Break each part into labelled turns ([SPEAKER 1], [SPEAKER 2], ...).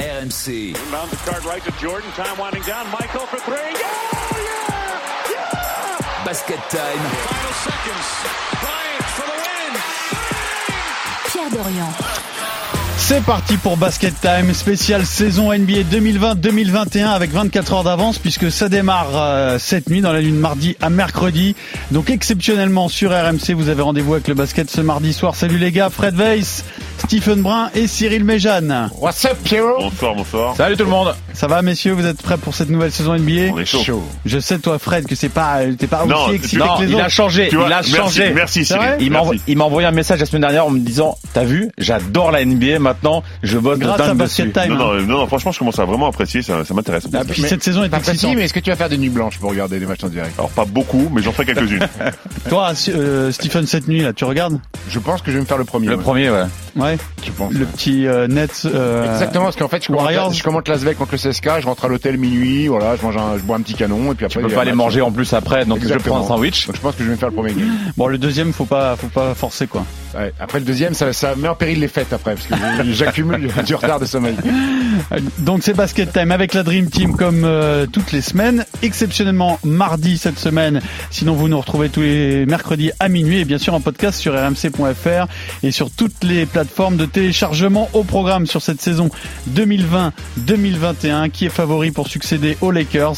[SPEAKER 1] RMC.
[SPEAKER 2] Inbound the card right to Jordan. Time winding down. Michael for three. Oh, yeah! Yeah!
[SPEAKER 1] Basket time.
[SPEAKER 3] Final seconds. Bryant for the win.
[SPEAKER 4] Pierre Dorian.
[SPEAKER 5] C'est parti pour Basket Time, spéciale saison NBA 2020-2021 avec 24 heures d'avance puisque ça démarre euh, cette nuit dans la nuit de mardi à mercredi. Donc exceptionnellement sur RMC, vous avez rendez-vous avec le basket ce mardi soir. Salut les gars, Fred Weiss, Stephen Brun et Cyril Méjeanne.
[SPEAKER 6] What's up, Pierrot
[SPEAKER 2] Bonsoir, bonsoir.
[SPEAKER 6] Salut tout le monde
[SPEAKER 5] Ça va messieurs, vous êtes prêts pour cette nouvelle saison NBA
[SPEAKER 2] On est chaud.
[SPEAKER 5] Je sais toi Fred que c'est pas euh, t'es pas
[SPEAKER 2] Non,
[SPEAKER 5] aussi excité
[SPEAKER 2] non,
[SPEAKER 5] que les
[SPEAKER 6] il
[SPEAKER 5] autres.
[SPEAKER 6] a changé,
[SPEAKER 2] Tu vois,
[SPEAKER 6] il a
[SPEAKER 2] merci,
[SPEAKER 6] changé.
[SPEAKER 2] merci
[SPEAKER 5] C'est
[SPEAKER 2] Cyril.
[SPEAKER 5] vrai
[SPEAKER 6] Il m'a
[SPEAKER 2] Merci.
[SPEAKER 6] envoyé- il m'a envoyé un message la semaine dernière en me disant T'as vu, j'adore la NBA, maintenant je vote
[SPEAKER 5] Grâce
[SPEAKER 6] de dingue
[SPEAKER 5] à
[SPEAKER 6] dessus.
[SPEAKER 5] Basket Time.
[SPEAKER 2] Non,
[SPEAKER 5] hein.
[SPEAKER 2] non, non, non, franchement, je commence à vraiment apprécier, ça, ça m'intéresse.
[SPEAKER 5] Ah, puis cette saison est
[SPEAKER 7] T'apprécies,
[SPEAKER 5] excitante.
[SPEAKER 7] mais est-ce que tu vas faire des nuits blanches pour regarder les matchs en direct
[SPEAKER 2] Alors, pas beaucoup, mais j'en ferai quelques-unes.
[SPEAKER 5] Toi euh, Stephen cette nuit là, tu regardes
[SPEAKER 7] Je pense que je vais me faire le premier.
[SPEAKER 6] Le
[SPEAKER 7] ouais.
[SPEAKER 6] premier, ouais.
[SPEAKER 5] Ouais.
[SPEAKER 7] Je pense.
[SPEAKER 5] Le petit euh, net euh,
[SPEAKER 7] Exactement, parce qu'en fait, je commente,
[SPEAKER 5] Warriors.
[SPEAKER 7] la- je commente Las Vegas contre le CSK, je rentre à l'hôtel minuit, voilà, je mange un, je bois un petit canon, et puis
[SPEAKER 6] Tu
[SPEAKER 7] après.
[SPEAKER 6] peux
[SPEAKER 7] il y a
[SPEAKER 6] pas
[SPEAKER 7] le
[SPEAKER 6] aller
[SPEAKER 7] match.
[SPEAKER 6] manger en plus après, donc je
[SPEAKER 7] Exactement.
[SPEAKER 6] prends un sandwich.
[SPEAKER 7] Donc je pense que je vais me faire le premier game.
[SPEAKER 5] Bon, le deuxième, faut pas, faut pas forcer quoi.
[SPEAKER 7] Ouais. Après le deuxième, ça, ça met en péril les fêtes après, parce que je- j'accumule du retard de sommeil.
[SPEAKER 5] Donc c'est basket time avec la Dream Team comme euh, toutes les semaines, exceptionnellement mardi cette semaine. Sinon vous nous retrouvez tous les mercredis à minuit et bien sûr en podcast sur rmc.fr et sur toutes les plateformes de téléchargement au programme sur cette saison 2020-2021 qui est favori pour succéder aux Lakers.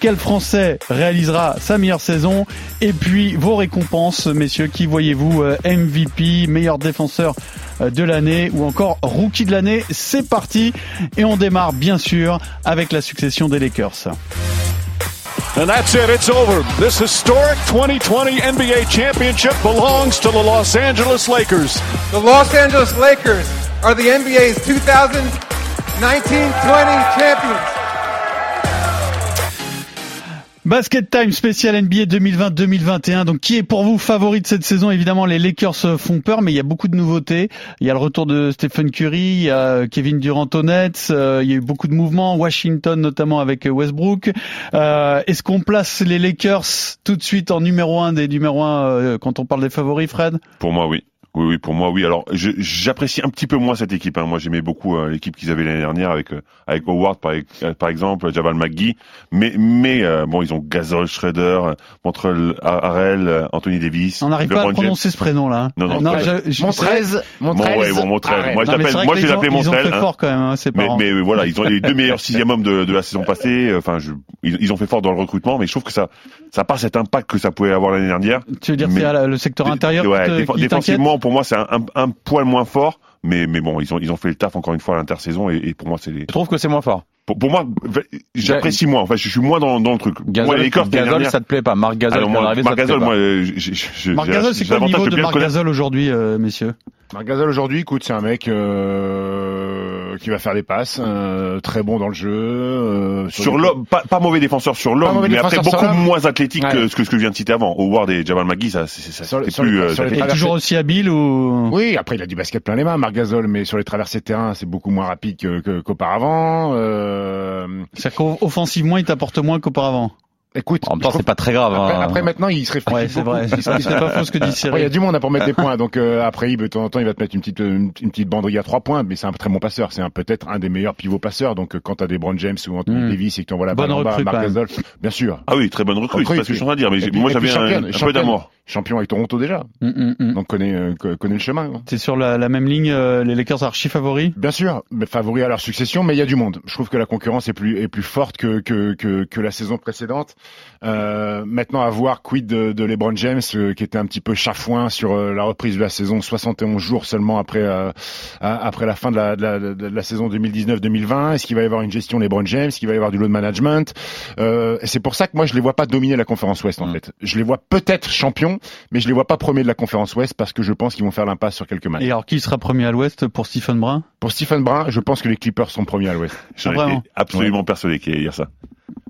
[SPEAKER 5] Quel Français réalisera sa meilleure saison Et puis vos récompenses, messieurs, qui voyez-vous euh, MVP, meilleur défenseur euh, de l'année ou encore rookie de l'année C'est parti et on démarre bien sûr avec la succession des Lakers.
[SPEAKER 3] And that's it, it's over. This historic 2020 NBA championship belongs to the Los Angeles Lakers.
[SPEAKER 8] The Los Angeles Lakers are the NBA's 2019-20 champions.
[SPEAKER 5] Basket Time spécial NBA 2020-2021. Donc, qui est pour vous favori de cette saison Évidemment, les Lakers euh, font peur, mais il y a beaucoup de nouveautés. Il y a le retour de Stephen Curry, il y a euh, Kevin Durant aux Nets, euh, il y a eu beaucoup de mouvements. Washington, notamment avec euh, Westbrook. Euh, Est-ce qu'on place les Lakers tout de suite en numéro un des numéro un euh, quand on parle des favoris, Fred
[SPEAKER 2] Pour moi, oui. Oui, oui, pour moi, oui. Alors, je- j'apprécie un petit peu moins cette équipe. hein. Moi, j'aimais beaucoup euh, l'équipe qu'ils avaient l'année dernière avec euh, avec Howard, par, ex- euh, par exemple, Javal McGee. Mais, mais euh, bon, ils ont Gasol, Schroeder, Montrell, Harrell, euh, Anthony Davis.
[SPEAKER 5] On n'arrive pas à
[SPEAKER 2] LeBron James.
[SPEAKER 5] prononcer ce prénom-là. hein.
[SPEAKER 2] Non, non, c'est
[SPEAKER 5] je- je-
[SPEAKER 7] Mon
[SPEAKER 5] c'est-
[SPEAKER 7] 13, mon
[SPEAKER 2] Bon,
[SPEAKER 7] 13.
[SPEAKER 2] ouais, bon, Montrell.
[SPEAKER 7] arrête.
[SPEAKER 2] Moi, je
[SPEAKER 5] Non, mais
[SPEAKER 2] l'appelle-
[SPEAKER 5] c'est vrai
[SPEAKER 2] moi,
[SPEAKER 5] que
[SPEAKER 2] je
[SPEAKER 5] ils
[SPEAKER 2] l'appelais
[SPEAKER 5] ont- Ils ont
[SPEAKER 2] Montrell.
[SPEAKER 5] fait
[SPEAKER 2] hein.
[SPEAKER 5] fort quand même, hein, ses
[SPEAKER 2] Mais,
[SPEAKER 5] parents.
[SPEAKER 2] mais euh, voilà, ils ont les deux meilleurs sixième hommes de, de la saison passée. Enfin, je, ils, ils ont fait fort dans le recrutement, mais je trouve que ça, ça n'a pas cet impact que ça pouvait avoir l'année dernière.
[SPEAKER 5] Tu veux dire,
[SPEAKER 2] mais-
[SPEAKER 5] c'est à la- le secteur intérieur
[SPEAKER 2] Ouais,
[SPEAKER 5] qui te-
[SPEAKER 2] défe-
[SPEAKER 5] qui t'inquiète
[SPEAKER 2] défensivement, pour moi, c'est un, un, un poil moins fort. Mais, mais bon, ils ont, ils ont fait le taf encore une fois à l'intersaison et, et pour moi, c'est les.
[SPEAKER 6] Je trouve que c'est moins fort.
[SPEAKER 2] Pour, pour moi, v- j'apprécie moins. Enfin, je suis moins dans, dans le truc. moi,
[SPEAKER 6] Gasol,
[SPEAKER 2] les Lakers, l'année
[SPEAKER 6] Gasol,
[SPEAKER 2] dernière-
[SPEAKER 6] ça te plaît pas. Marc Gasol,
[SPEAKER 2] Alors,
[SPEAKER 6] quand
[SPEAKER 2] moi,
[SPEAKER 6] il est arrivé,
[SPEAKER 2] Marc
[SPEAKER 6] ça te plaît
[SPEAKER 2] Gasol,
[SPEAKER 6] pas.
[SPEAKER 2] moi, euh, je- je- je-
[SPEAKER 5] Marc
[SPEAKER 2] j'ai-
[SPEAKER 5] Gasol, c'est
[SPEAKER 2] j'ai
[SPEAKER 5] quoi le
[SPEAKER 2] l'avantage
[SPEAKER 5] niveau
[SPEAKER 2] de
[SPEAKER 5] de
[SPEAKER 2] bien le
[SPEAKER 5] Marc
[SPEAKER 2] connaître.
[SPEAKER 5] Gasol aujourd'hui, euh, messieurs
[SPEAKER 7] Marc Gasol aujourd'hui, écoute, c'est un mec euh, qui va faire des passes, euh, très bon dans le jeu. euh,
[SPEAKER 2] Sur
[SPEAKER 7] l'homme
[SPEAKER 2] l'homme, pas, pas mauvais défenseur sur l'homme,
[SPEAKER 7] mauvais
[SPEAKER 2] mais après
[SPEAKER 7] défenseur
[SPEAKER 2] beaucoup
[SPEAKER 7] sur l'homme.
[SPEAKER 2] moins athlétique
[SPEAKER 7] Ouais.
[SPEAKER 2] que ce que, ce que je viens de citer avant. Howard et Jamal McGee, ça, c'est- c'est ça,
[SPEAKER 7] Sur le-
[SPEAKER 2] c'est
[SPEAKER 7] sur
[SPEAKER 2] plus.
[SPEAKER 7] le-
[SPEAKER 2] euh,
[SPEAKER 7] sur les
[SPEAKER 2] athlétique.
[SPEAKER 5] Il est
[SPEAKER 7] traversées-
[SPEAKER 5] toujours aussi habile ou
[SPEAKER 7] Oui, après il a du basket plein les mains, Marc Gasol, mais sur les traversées de terrain, c'est beaucoup moins rapide que- que- qu'auparavant. euh...
[SPEAKER 5] C'est-à-dire qu'offensivement, il t'apporte moins qu'auparavant.
[SPEAKER 7] Écoute,
[SPEAKER 6] En même temps,
[SPEAKER 7] je
[SPEAKER 6] c'est
[SPEAKER 7] trouve-
[SPEAKER 6] pas très grave.
[SPEAKER 7] après,
[SPEAKER 6] hein.
[SPEAKER 7] après, maintenant il se réfléchit.
[SPEAKER 5] Ouais, c'est
[SPEAKER 7] beaucoup.
[SPEAKER 5] vrai.
[SPEAKER 7] Il
[SPEAKER 5] C'est
[SPEAKER 7] se réfléchit.
[SPEAKER 5] c'est pas faux ce que dit
[SPEAKER 7] Après, il y a
[SPEAKER 5] Cyril.
[SPEAKER 7] du monde à pour mettre des points, donc euh, après il peut- de temps en temps il va te mettre une petite euh, une, une petite banderille à trois points, mais c'est un très bon passeur, c'est un peut-être un des meilleurs pivots passeurs. Donc euh, quand t'as des Brown James ou Anthony
[SPEAKER 5] Mm.
[SPEAKER 7] Davis et que t'envoies la
[SPEAKER 5] Bonne
[SPEAKER 7] balle en bas à
[SPEAKER 5] recrue,
[SPEAKER 7] Marc
[SPEAKER 5] quand même.
[SPEAKER 7] Gasol, bien sûr.
[SPEAKER 2] Ah oui, très bonne recrue,
[SPEAKER 7] Recrue,
[SPEAKER 2] c'est pas ce que
[SPEAKER 7] puis-
[SPEAKER 2] je suis en train de dire, mais
[SPEAKER 7] et
[SPEAKER 2] j'ai-
[SPEAKER 7] puis-
[SPEAKER 2] moi
[SPEAKER 7] et puis
[SPEAKER 2] j'avais un,
[SPEAKER 7] championne,
[SPEAKER 2] un peu
[SPEAKER 7] championne.
[SPEAKER 2] d'amour.
[SPEAKER 7] Champion avec Toronto déjà,
[SPEAKER 5] Mm, mm, mm.
[SPEAKER 7] donc connaît euh, co- connaît le chemin. hein.
[SPEAKER 5] C'est sur la, la même ligne, euh, les Lakers archi favoris.
[SPEAKER 7] Bien sûr, mais favori à leur succession, mais il y a du monde. Je trouve que la concurrence est plus est plus forte que que que, que la saison précédente. Euh, maintenant, à voir quid de, de LeBron James, euh, qui était un petit peu chafouin sur euh, la reprise de la saison, 71 jours seulement après euh, à- après la fin de la, de la, de la saison 2019-2020. Est-ce qu'il va y avoir une gestion LeBron James Est-ce qu'il va y avoir du load management euh, et C'est pour ça que moi, je les vois pas dominer la conférence Ouest en
[SPEAKER 6] Mm.
[SPEAKER 7] fait. Je les vois peut-être champions, mais je les vois pas premiers de la conférence Ouest parce que je pense qu'ils vont faire l'impasse sur quelques matchs.
[SPEAKER 5] Et alors, qui sera premier à l'ouest pour Stephen Brun
[SPEAKER 7] Pour Stephen Brun, je pense que les Clippers sont premiers à l'Ouest.
[SPEAKER 2] J'en
[SPEAKER 5] Vraiment.
[SPEAKER 2] étais absolument persuadé qu'il allait dire ça.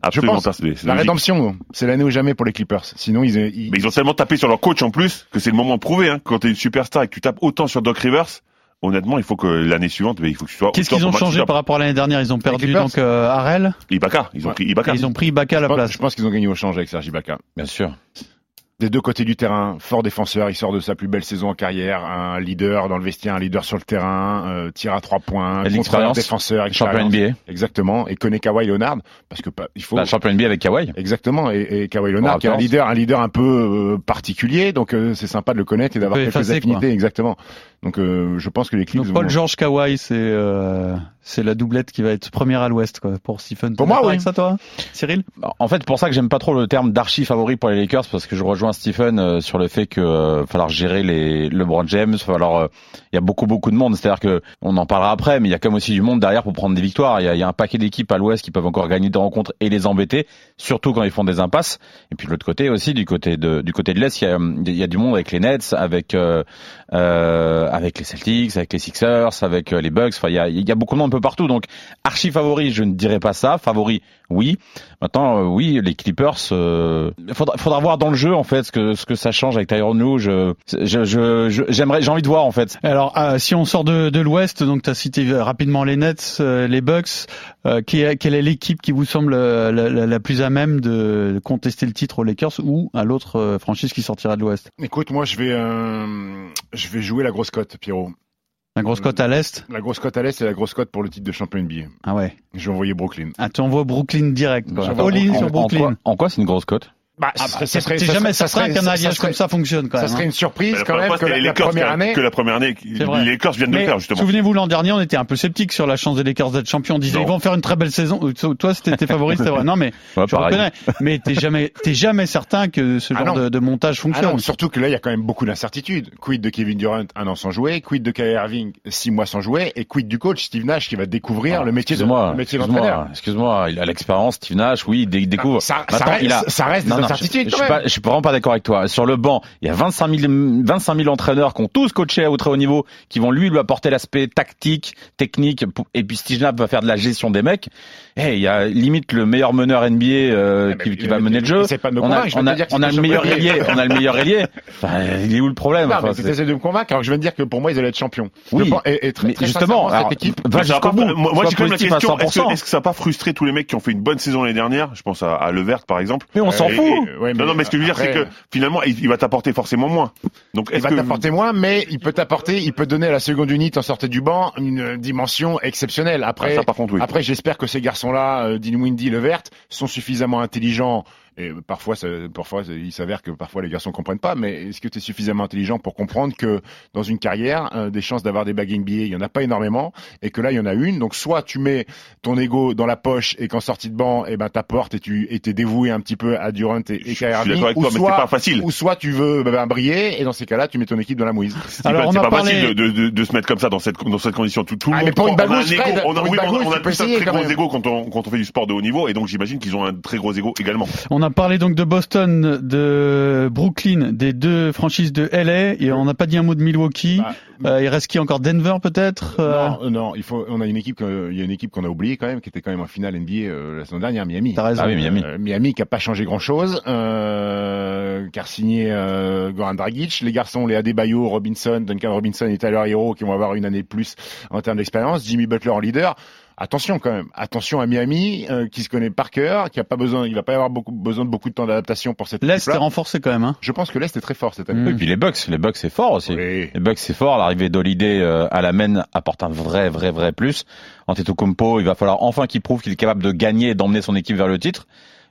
[SPEAKER 2] Absolument
[SPEAKER 7] Ah, pense.
[SPEAKER 2] persuadé. c'est
[SPEAKER 7] La
[SPEAKER 2] logique.
[SPEAKER 7] rédemption, c'est l'année ou jamais pour les Clippers. Sinon, ils, ils-
[SPEAKER 2] Mais ils ont tellement tapé sur leur coach en plus que c'est le moment prouvé. Hein. Quand t'es une superstar et que tu tapes autant sur Doc Rivers, honnêtement, il faut que l'année suivante, mais il faut que tu sois.
[SPEAKER 5] Qu'est-ce
[SPEAKER 2] au top
[SPEAKER 5] qu'ils ont
[SPEAKER 2] au maximum.
[SPEAKER 5] changé par rapport à l'année dernière Ils ont perdu
[SPEAKER 7] Clippers
[SPEAKER 5] donc euh, Harrell
[SPEAKER 2] Ibaka, ils ont
[SPEAKER 7] Ouais.
[SPEAKER 2] pris Ibaka.
[SPEAKER 5] et ils ont pris Ibaka à
[SPEAKER 7] je
[SPEAKER 5] la
[SPEAKER 7] pense-
[SPEAKER 5] place.
[SPEAKER 7] je pense qu'ils ont gagné au change avec Serge Ibaka.
[SPEAKER 6] Bien sûr.
[SPEAKER 7] des deux côtés du terrain, fort défenseur, il sort de sa plus belle saison en carrière, un leader dans le vestiaire, un leader sur le terrain, euh, tire à trois points,
[SPEAKER 6] Et
[SPEAKER 7] contrôleur
[SPEAKER 6] l'expérience,
[SPEAKER 7] défenseur,
[SPEAKER 6] Champion
[SPEAKER 7] expérience.
[SPEAKER 6] NBA.
[SPEAKER 7] Exactement, et connaît Kawhi Leonard parce que pas- il faut
[SPEAKER 6] Bah, champion NBA avec Kawhi.
[SPEAKER 7] Exactement, et, et Kawhi Leonard,
[SPEAKER 6] Bon,
[SPEAKER 7] qui est un
[SPEAKER 6] attends.
[SPEAKER 7] leader, un leader un peu euh, particulier, donc euh, c'est sympa de le connaître et d'avoir
[SPEAKER 5] peut
[SPEAKER 7] quelques
[SPEAKER 5] effacer, quoi.
[SPEAKER 7] affinités, exactement. Donc euh, je pense que les Clips
[SPEAKER 5] Donc,
[SPEAKER 7] vont...
[SPEAKER 5] Paul George Kawhi, c'est euh, c'est la doublette qui va être première à l'Ouest quoi pour Stephen. T'es
[SPEAKER 7] Pour moi,
[SPEAKER 5] d'accord
[SPEAKER 7] oui.
[SPEAKER 5] Avec ça, toi, Cyril.
[SPEAKER 6] En fait, pour ça que j'aime pas trop le terme d'archi favori pour les Lakers, parce que je rejoins Stephen euh, sur le fait que euh, falloir gérer les LeBron James, falloir euh, il y a beaucoup beaucoup de monde, c'est-à-dire que on en parlera après, mais il y a quand même aussi du monde derrière pour prendre des victoires. Il y a, il y a un paquet d'équipes à l'Ouest qui peuvent encore gagner des rencontres et les embêter, surtout quand ils font des impasses. Et puis de l'autre côté aussi, du côté de du côté de l'Est, il y a, euh, il y a du monde avec les Nets, avec euh, euh, avec les Celtics, avec les Sixers, avec euh, les Bucks. Enfin, il y a, il y a beaucoup de monde un peu partout. Donc archi favori, je ne dirais pas ça. Favori, oui. Maintenant, euh, oui, les Clippers, euh, faudra, faudra voir dans le jeu en fait ce que ce que ça change avec Tyronn Lue. Je, je, je, je- j'aimerais, j'ai envie de voir en fait.
[SPEAKER 5] Alors, euh, si on sort de, de l'Ouest, donc tu as cité euh, rapidement les Nets, euh, les Bucks, euh, qui est- quelle est l'équipe qui vous semble euh, la, la- la plus à même de contester le titre aux Lakers ou à l'autre euh, franchise qui sortira de l'Ouest
[SPEAKER 7] Écoute, moi je vais, euh, je vais jouer la grosse cote, Pierrot.
[SPEAKER 5] La grosse cote à l'Est
[SPEAKER 7] La grosse cote à l'Est et la grosse cote pour le titre de champion NBA.
[SPEAKER 5] Ah ouais.
[SPEAKER 7] Je vais envoyer Brooklyn.
[SPEAKER 5] Ah, tu envoies Brooklyn direct. quoi.
[SPEAKER 6] Enfin,
[SPEAKER 5] All in
[SPEAKER 6] en- en-
[SPEAKER 5] sur
[SPEAKER 6] En
[SPEAKER 5] Brooklyn.
[SPEAKER 6] quoi, en quoi c'est une grosse cote
[SPEAKER 7] Bah,
[SPEAKER 5] Ah, bah, c'est- c'est jamais certain qu'un alliage comme ça fonctionne quand
[SPEAKER 7] Ça
[SPEAKER 5] même.
[SPEAKER 7] serait
[SPEAKER 5] hein.
[SPEAKER 7] une surprise
[SPEAKER 2] Bah, la
[SPEAKER 7] quand
[SPEAKER 2] première
[SPEAKER 7] même
[SPEAKER 2] fois,
[SPEAKER 7] que
[SPEAKER 2] c'était
[SPEAKER 7] la,
[SPEAKER 2] les
[SPEAKER 7] la
[SPEAKER 2] Lakers
[SPEAKER 7] première
[SPEAKER 2] qui a-
[SPEAKER 7] année...
[SPEAKER 2] que la première année,
[SPEAKER 5] C'est vrai.
[SPEAKER 2] les Lakers viennent de
[SPEAKER 5] Mais
[SPEAKER 2] le faire justement.
[SPEAKER 5] Souvenez-vous l'an dernier, on était un peu sceptique sur la chance des Lakers d'être champion. On disait
[SPEAKER 2] Non.
[SPEAKER 5] ils vont faire une très belle saison. Euh, Toi, c'était tes favoris, c'est vrai. Non, mais
[SPEAKER 6] Ouais,
[SPEAKER 5] je
[SPEAKER 6] pareil.
[SPEAKER 5] reconnais. Mais t'es jamais, t'es jamais certain que ce
[SPEAKER 7] Ah
[SPEAKER 5] genre
[SPEAKER 7] non.
[SPEAKER 5] de, de montage
[SPEAKER 7] Ah
[SPEAKER 5] fonctionne.
[SPEAKER 7] non, surtout que là, il y a quand même beaucoup d'incertitudes. Quid de Kevin Durant, un an sans jouer. Quid de Kyrie Irving, six mois sans jouer. Et quid du coach Steve Nash qui va
[SPEAKER 2] Ah,
[SPEAKER 7] découvrir le métier de-
[SPEAKER 6] Excuse-moi,
[SPEAKER 7] le métier d'entraîneur. Ah,
[SPEAKER 6] excuse-moi, excuse-moi. Il a l'expérience, Steve Nash. Oui, il dé- il découvre.
[SPEAKER 7] Ça, ça
[SPEAKER 6] Maintenant,
[SPEAKER 7] reste,
[SPEAKER 6] il a-
[SPEAKER 7] ça reste des
[SPEAKER 6] Non, non, je,
[SPEAKER 7] incertitudes
[SPEAKER 6] je
[SPEAKER 7] quand
[SPEAKER 6] suis
[SPEAKER 7] même.
[SPEAKER 6] pas, je suis vraiment pas d'accord avec toi. Sur le banc, il y a 25 000, 25 000 entraîneurs qui ont tous coaché au très haut niveau, qui vont lui lui apporter l'aspect tactique, technique, pou- et puis Steve Nash va faire de la gestion des mecs. Eh, il y a limite le meilleur meneur NBA euh,
[SPEAKER 7] Ah, mais
[SPEAKER 6] qui, qui va
[SPEAKER 7] il-
[SPEAKER 6] mener le jeu.
[SPEAKER 7] il sait pas de me
[SPEAKER 6] on a,
[SPEAKER 7] convaincre, je vais
[SPEAKER 6] on
[SPEAKER 7] te
[SPEAKER 6] a,
[SPEAKER 7] dire que
[SPEAKER 6] on a
[SPEAKER 7] c'est
[SPEAKER 6] le meilleur
[SPEAKER 7] champion.
[SPEAKER 6] ailier, on a le meilleur ailier. Enfin, il est où le problème
[SPEAKER 7] Non,
[SPEAKER 6] Enfin,
[SPEAKER 7] mais
[SPEAKER 6] c'est-
[SPEAKER 7] tu essaies de me convaincre alors que je viens de dire que pour moi ils allaient être champions.
[SPEAKER 6] Oui.
[SPEAKER 7] Je pense- et, et très,
[SPEAKER 6] mais
[SPEAKER 7] très sincèrement,
[SPEAKER 6] justement, alors,
[SPEAKER 7] cette équipe.
[SPEAKER 6] va
[SPEAKER 2] Mais ça va
[SPEAKER 6] jusqu'au
[SPEAKER 2] pas-
[SPEAKER 6] bout.
[SPEAKER 2] Moi, moi, j'ai
[SPEAKER 6] Sois
[SPEAKER 2] quand même la
[SPEAKER 6] positif à
[SPEAKER 2] question est-ce
[SPEAKER 6] 100%.
[SPEAKER 2] que, est-ce que ça n'a pas frustré tous les mecs qui ont fait une bonne saison l'année dernière Je pense à, à Levert par exemple.
[SPEAKER 6] Mais on s'en
[SPEAKER 7] Euh,
[SPEAKER 2] Et-
[SPEAKER 6] fout.
[SPEAKER 2] et-
[SPEAKER 7] Ouais,
[SPEAKER 2] non, non, mais ce que je veux dire, c'est
[SPEAKER 7] après,
[SPEAKER 2] que finalement, il, il va t'apporter forcément moins. Donc,
[SPEAKER 7] Il
[SPEAKER 2] est-ce
[SPEAKER 7] va
[SPEAKER 2] que
[SPEAKER 7] t'apporter moins, mais il peut t'apporter, il peut donner à la seconde unité en sortie du banc une dimension exceptionnelle. Après,
[SPEAKER 2] Ah, ça, par contre, oui.
[SPEAKER 7] après, j'espère que ces garçons-là, euh, Dinwiddie, Levert, sont suffisamment intelligents. Et parfois, ça, parfois, ça- il s'avère que parfois les garçons comprennent pas. Mais est-ce que tu es suffisamment intelligent pour comprendre que dans une carrière, euh, des chances d'avoir des bagues NBA, il y en a pas énormément, et que là, il y en a une. Donc, soit tu mets ton ego dans la poche et qu'en sortie de banc, eh ben, t'apportes et tu, et t'es dévoué un petit peu à Durant et,
[SPEAKER 2] Je
[SPEAKER 7] et
[SPEAKER 2] suis
[SPEAKER 7] Kyrie
[SPEAKER 2] d'accord
[SPEAKER 7] Irving,
[SPEAKER 2] avec
[SPEAKER 7] ou
[SPEAKER 2] toi, mais c'est
[SPEAKER 7] soit-
[SPEAKER 2] pas facile.
[SPEAKER 7] ou soit tu veux bah, bah, briller et dans ces cas-là tu mets ton équipe dans la mouise.
[SPEAKER 2] C'est
[SPEAKER 5] Alors,
[SPEAKER 2] pas,
[SPEAKER 5] on
[SPEAKER 2] c'est
[SPEAKER 5] en
[SPEAKER 2] pas
[SPEAKER 5] parlait-
[SPEAKER 2] facile de, de- de- de se mettre comme ça dans cette, dans cette condition. Tout, tout le
[SPEAKER 7] Ah,
[SPEAKER 2] monde
[SPEAKER 7] mais pour une
[SPEAKER 2] prend- on a un
[SPEAKER 7] bagouche,
[SPEAKER 2] égo,
[SPEAKER 7] Fred,
[SPEAKER 2] on a,
[SPEAKER 7] pour
[SPEAKER 2] oui,
[SPEAKER 7] une
[SPEAKER 2] mais on a-
[SPEAKER 7] bagouche,
[SPEAKER 2] on a
[SPEAKER 7] tu peux
[SPEAKER 2] tous un
[SPEAKER 7] essayer,
[SPEAKER 2] très
[SPEAKER 7] quand
[SPEAKER 2] gros
[SPEAKER 7] même.
[SPEAKER 2] égo quand on, quand on fait du sport de haut niveau, et donc j'imagine qu'ils ont un très gros égo également.
[SPEAKER 5] On a parlé donc de Boston, de Brooklyn, des deux franchises de LA, et on n'a pas dit un mot de Milwaukee. Euh, il reste qui encore Denver peut-être Euh,
[SPEAKER 7] Non, non, il faut. On a une équipe, que- il y a une équipe qu'on a oubliée quand même, qui était quand même en finale NBA euh, la semaine dernière, Miami.
[SPEAKER 5] T'as raison.
[SPEAKER 6] Ah oui, Miami.
[SPEAKER 7] Euh, Miami qui a pas changé grand chose, euh, car signé euh, Goran Dragic, les garçons, les Adebayo, Robinson, Duncan Robinson et Tyler Hero qui vont avoir une année de plus en termes d'expérience, Jimmy Butler en leader. Attention quand même, attention à Miami euh, qui se connaît par cœur, qui a pas besoin, il va pas avoir beaucoup besoin de beaucoup de temps d'adaptation pour cette
[SPEAKER 5] L'Est est
[SPEAKER 7] équipe-là.
[SPEAKER 5] renforcé quand même. Hein.
[SPEAKER 7] Je pense que l'Est est très fort cette année.
[SPEAKER 6] Et
[SPEAKER 5] Mm.
[SPEAKER 6] puis les Bucks, les Bucks c'est fort aussi.
[SPEAKER 7] Oui.
[SPEAKER 6] Les Bucks c'est fort, l'arrivée d'Holiday euh, à la main apporte un vrai vrai vrai plus. Antetokounmpo, il va falloir enfin qu'il prouve qu'il est capable de gagner et d'emmener son équipe vers le titre.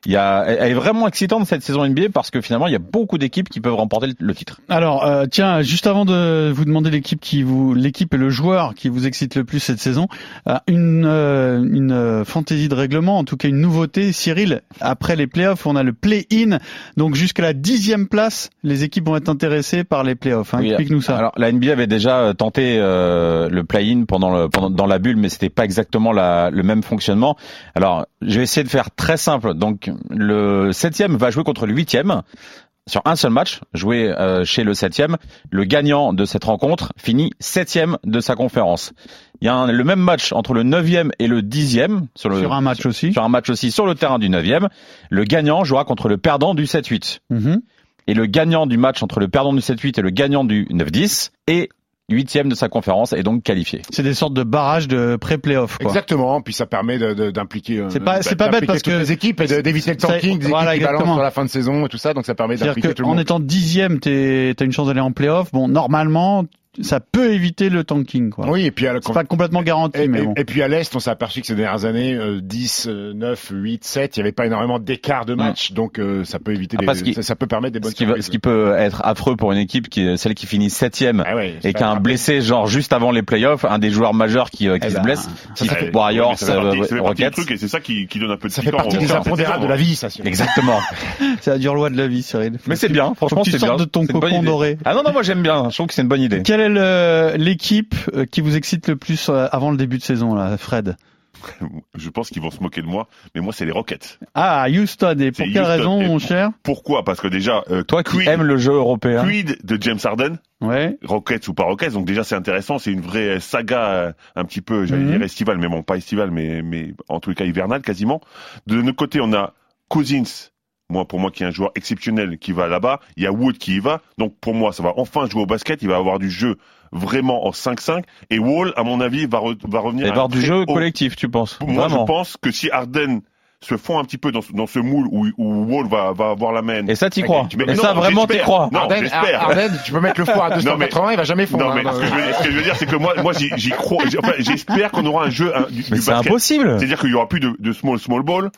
[SPEAKER 6] Il y a, elle elle est vraiment excitante cette saison NBA parce que finalement il y a beaucoup d'équipes qui peuvent remporter le- le titre.
[SPEAKER 5] Alors euh, tiens, juste avant de vous demander l'équipe qui vous l'équipe et le joueur qui vous excite le plus cette saison, euh, une euh, une euh, fantaisie de règlement, en tout cas une nouveauté. Cyril, après les playoffs, on a le play-in, donc jusqu'à la dixième place, les équipes vont être intéressées par les playoffs. Hein.
[SPEAKER 6] Oui,
[SPEAKER 5] Explique-nous ça.
[SPEAKER 6] Alors la NBA avait déjà euh, tenté euh, le play-in pendant le pendant dans la bulle, mais c'était pas exactement la, le même fonctionnement. Alors je vais essayer de faire très simple. Donc le septième va jouer contre le huitième sur un seul match joué euh, chez le septième. Le gagnant de cette rencontre finit septième de sa conférence. Il y a un- le même match entre le neuvième et le dixième sur le
[SPEAKER 5] sur un match aussi.
[SPEAKER 6] sur un match aussi sur le terrain du neuvième. Le gagnant jouera contre le perdant du 7-8
[SPEAKER 5] Mhm.
[SPEAKER 6] et le gagnant du match entre le perdant du 7-8 et le gagnant du 9-10 est huitième de sa conférence et donc qualifié.
[SPEAKER 5] C'est des sortes de barrages de pré-playoff, quoi.
[SPEAKER 7] Exactement, puis ça permet de- de- d'impliquer euh,
[SPEAKER 5] C'est pas- c'est pas bête
[SPEAKER 7] d'impliquer
[SPEAKER 5] parce
[SPEAKER 7] toutes
[SPEAKER 5] que-
[SPEAKER 7] les équipes et de- d'éviter le
[SPEAKER 5] c'est-
[SPEAKER 7] tanking des
[SPEAKER 5] voilà,
[SPEAKER 7] équipes qui balancent
[SPEAKER 5] exactement.
[SPEAKER 7] sur la fin de saison et tout ça, donc ça permet d'impliquer
[SPEAKER 5] C'est-à-dire
[SPEAKER 7] tout le
[SPEAKER 5] qu'en
[SPEAKER 7] monde.
[SPEAKER 5] étant dixième, t'es- t'as une chance d'aller en playoff. Bon, normalement, ça peut éviter le tanking, quoi.
[SPEAKER 7] Oui, et puis à la-
[SPEAKER 5] C'est pas complètement garanti,
[SPEAKER 7] Et,
[SPEAKER 5] mais
[SPEAKER 7] et-
[SPEAKER 5] bon.
[SPEAKER 7] et puis à l'Est, on s'est aperçu que ces dernières années, euh, 10, euh, 9, 8, 7, il n'y avait pas énormément d'écart de match, donc euh, ça peut éviter,
[SPEAKER 6] Après,
[SPEAKER 7] des-
[SPEAKER 6] ce qui-
[SPEAKER 7] ça, ça peut permettre des bonnes
[SPEAKER 6] Ce qui, va-
[SPEAKER 7] surprises.
[SPEAKER 6] ce qui peut être affreux pour une équipe qui est celle qui finit septième
[SPEAKER 7] Ah ouais,
[SPEAKER 6] et
[SPEAKER 7] c'est
[SPEAKER 6] qui a
[SPEAKER 7] pas
[SPEAKER 6] un
[SPEAKER 7] grave.
[SPEAKER 6] blessé genre juste avant les playoffs, un des joueurs majeurs qui, euh, qui
[SPEAKER 5] Eh
[SPEAKER 6] se
[SPEAKER 5] ben,
[SPEAKER 6] blesse,
[SPEAKER 7] ça
[SPEAKER 6] type
[SPEAKER 7] fait-
[SPEAKER 2] Mais
[SPEAKER 6] Warriors,
[SPEAKER 2] ça fait partie-
[SPEAKER 6] euh,
[SPEAKER 2] ça fait partie du
[SPEAKER 6] Rockets.
[SPEAKER 2] truc et c'est ça qui, qui donne un peu de
[SPEAKER 7] Ça fait
[SPEAKER 2] piquant
[SPEAKER 7] partie
[SPEAKER 2] au-
[SPEAKER 7] des
[SPEAKER 2] à la
[SPEAKER 7] impondérables
[SPEAKER 2] saison,
[SPEAKER 7] de la
[SPEAKER 2] hein.
[SPEAKER 7] vie, ça. sûr.
[SPEAKER 6] Exactement.
[SPEAKER 5] C'est la dure loi de la vie, Cyril.
[SPEAKER 6] Mais c'est bien,
[SPEAKER 5] Faut
[SPEAKER 6] franchement,
[SPEAKER 5] que tu
[SPEAKER 6] c'est
[SPEAKER 5] sortes
[SPEAKER 6] bien.
[SPEAKER 5] de ton
[SPEAKER 6] C'est une bonne
[SPEAKER 5] cocon
[SPEAKER 6] idée.
[SPEAKER 5] doré.
[SPEAKER 6] Ah non non, moi j'aime bien, je trouve que c'est une bonne idée.
[SPEAKER 5] Quelle est le- l'équipe euh, qui vous excite le plus euh, avant le début de saison, là, Fred
[SPEAKER 2] Je pense qu'ils vont se moquer de moi, mais moi c'est les Rockets.
[SPEAKER 5] Ah, Houston. Et pour
[SPEAKER 2] C'est
[SPEAKER 5] quelle
[SPEAKER 2] Houston
[SPEAKER 5] raison,
[SPEAKER 2] et-
[SPEAKER 5] mon cher
[SPEAKER 2] Pourquoi Parce que déjà, euh,
[SPEAKER 6] Toi qui
[SPEAKER 2] quid,
[SPEAKER 6] aimes le jeu européen,
[SPEAKER 2] quid de James Harden
[SPEAKER 5] Ouais.
[SPEAKER 2] Rockets ou pas Rockets, donc déjà c'est intéressant, c'est une vraie euh, saga euh, un petit peu, j'allais
[SPEAKER 5] Mhm.
[SPEAKER 2] dire estivale, mais bon, pas estivale, mais, mais en tout cas hivernale quasiment. De notre côté, on a Cousins, moi pour moi qui est un joueur exceptionnel, qui va là-bas, il y a Wood qui y va, donc pour moi ça va enfin jouer au basket, il va avoir du jeu vraiment en 5-5, et Wall, à mon avis, va, re- va revenir
[SPEAKER 6] il va y
[SPEAKER 2] à un
[SPEAKER 6] avoir eh ben, du
[SPEAKER 2] très
[SPEAKER 6] jeu
[SPEAKER 2] haut-
[SPEAKER 6] collectif, tu penses
[SPEAKER 2] oh. moi,
[SPEAKER 6] Vraiment.
[SPEAKER 2] je pense que si Harden se fond un petit peu dans ce, dans ce moule où, où Wall va, va avoir la main.
[SPEAKER 6] Et ça t'y crois
[SPEAKER 2] Mais non,
[SPEAKER 6] Et ça vraiment t'y
[SPEAKER 2] j'espère.
[SPEAKER 6] crois
[SPEAKER 2] Non,
[SPEAKER 7] Arden,
[SPEAKER 2] j'espère.
[SPEAKER 7] tu peux mettre le four à
[SPEAKER 2] Non, mais-
[SPEAKER 7] 280, il va jamais fondre.
[SPEAKER 2] Non, mais
[SPEAKER 7] hein,
[SPEAKER 2] ce que je veux dire, ce que je veux dire, c'est que moi, moi, j'y j'y crois. j'- Enfin, j'espère qu'on aura un jeu hein, du,
[SPEAKER 6] Mais
[SPEAKER 2] du
[SPEAKER 6] c'est
[SPEAKER 2] basket.
[SPEAKER 6] impossible.
[SPEAKER 2] C'est-à-dire qu'il y aura plus de, de small small ball,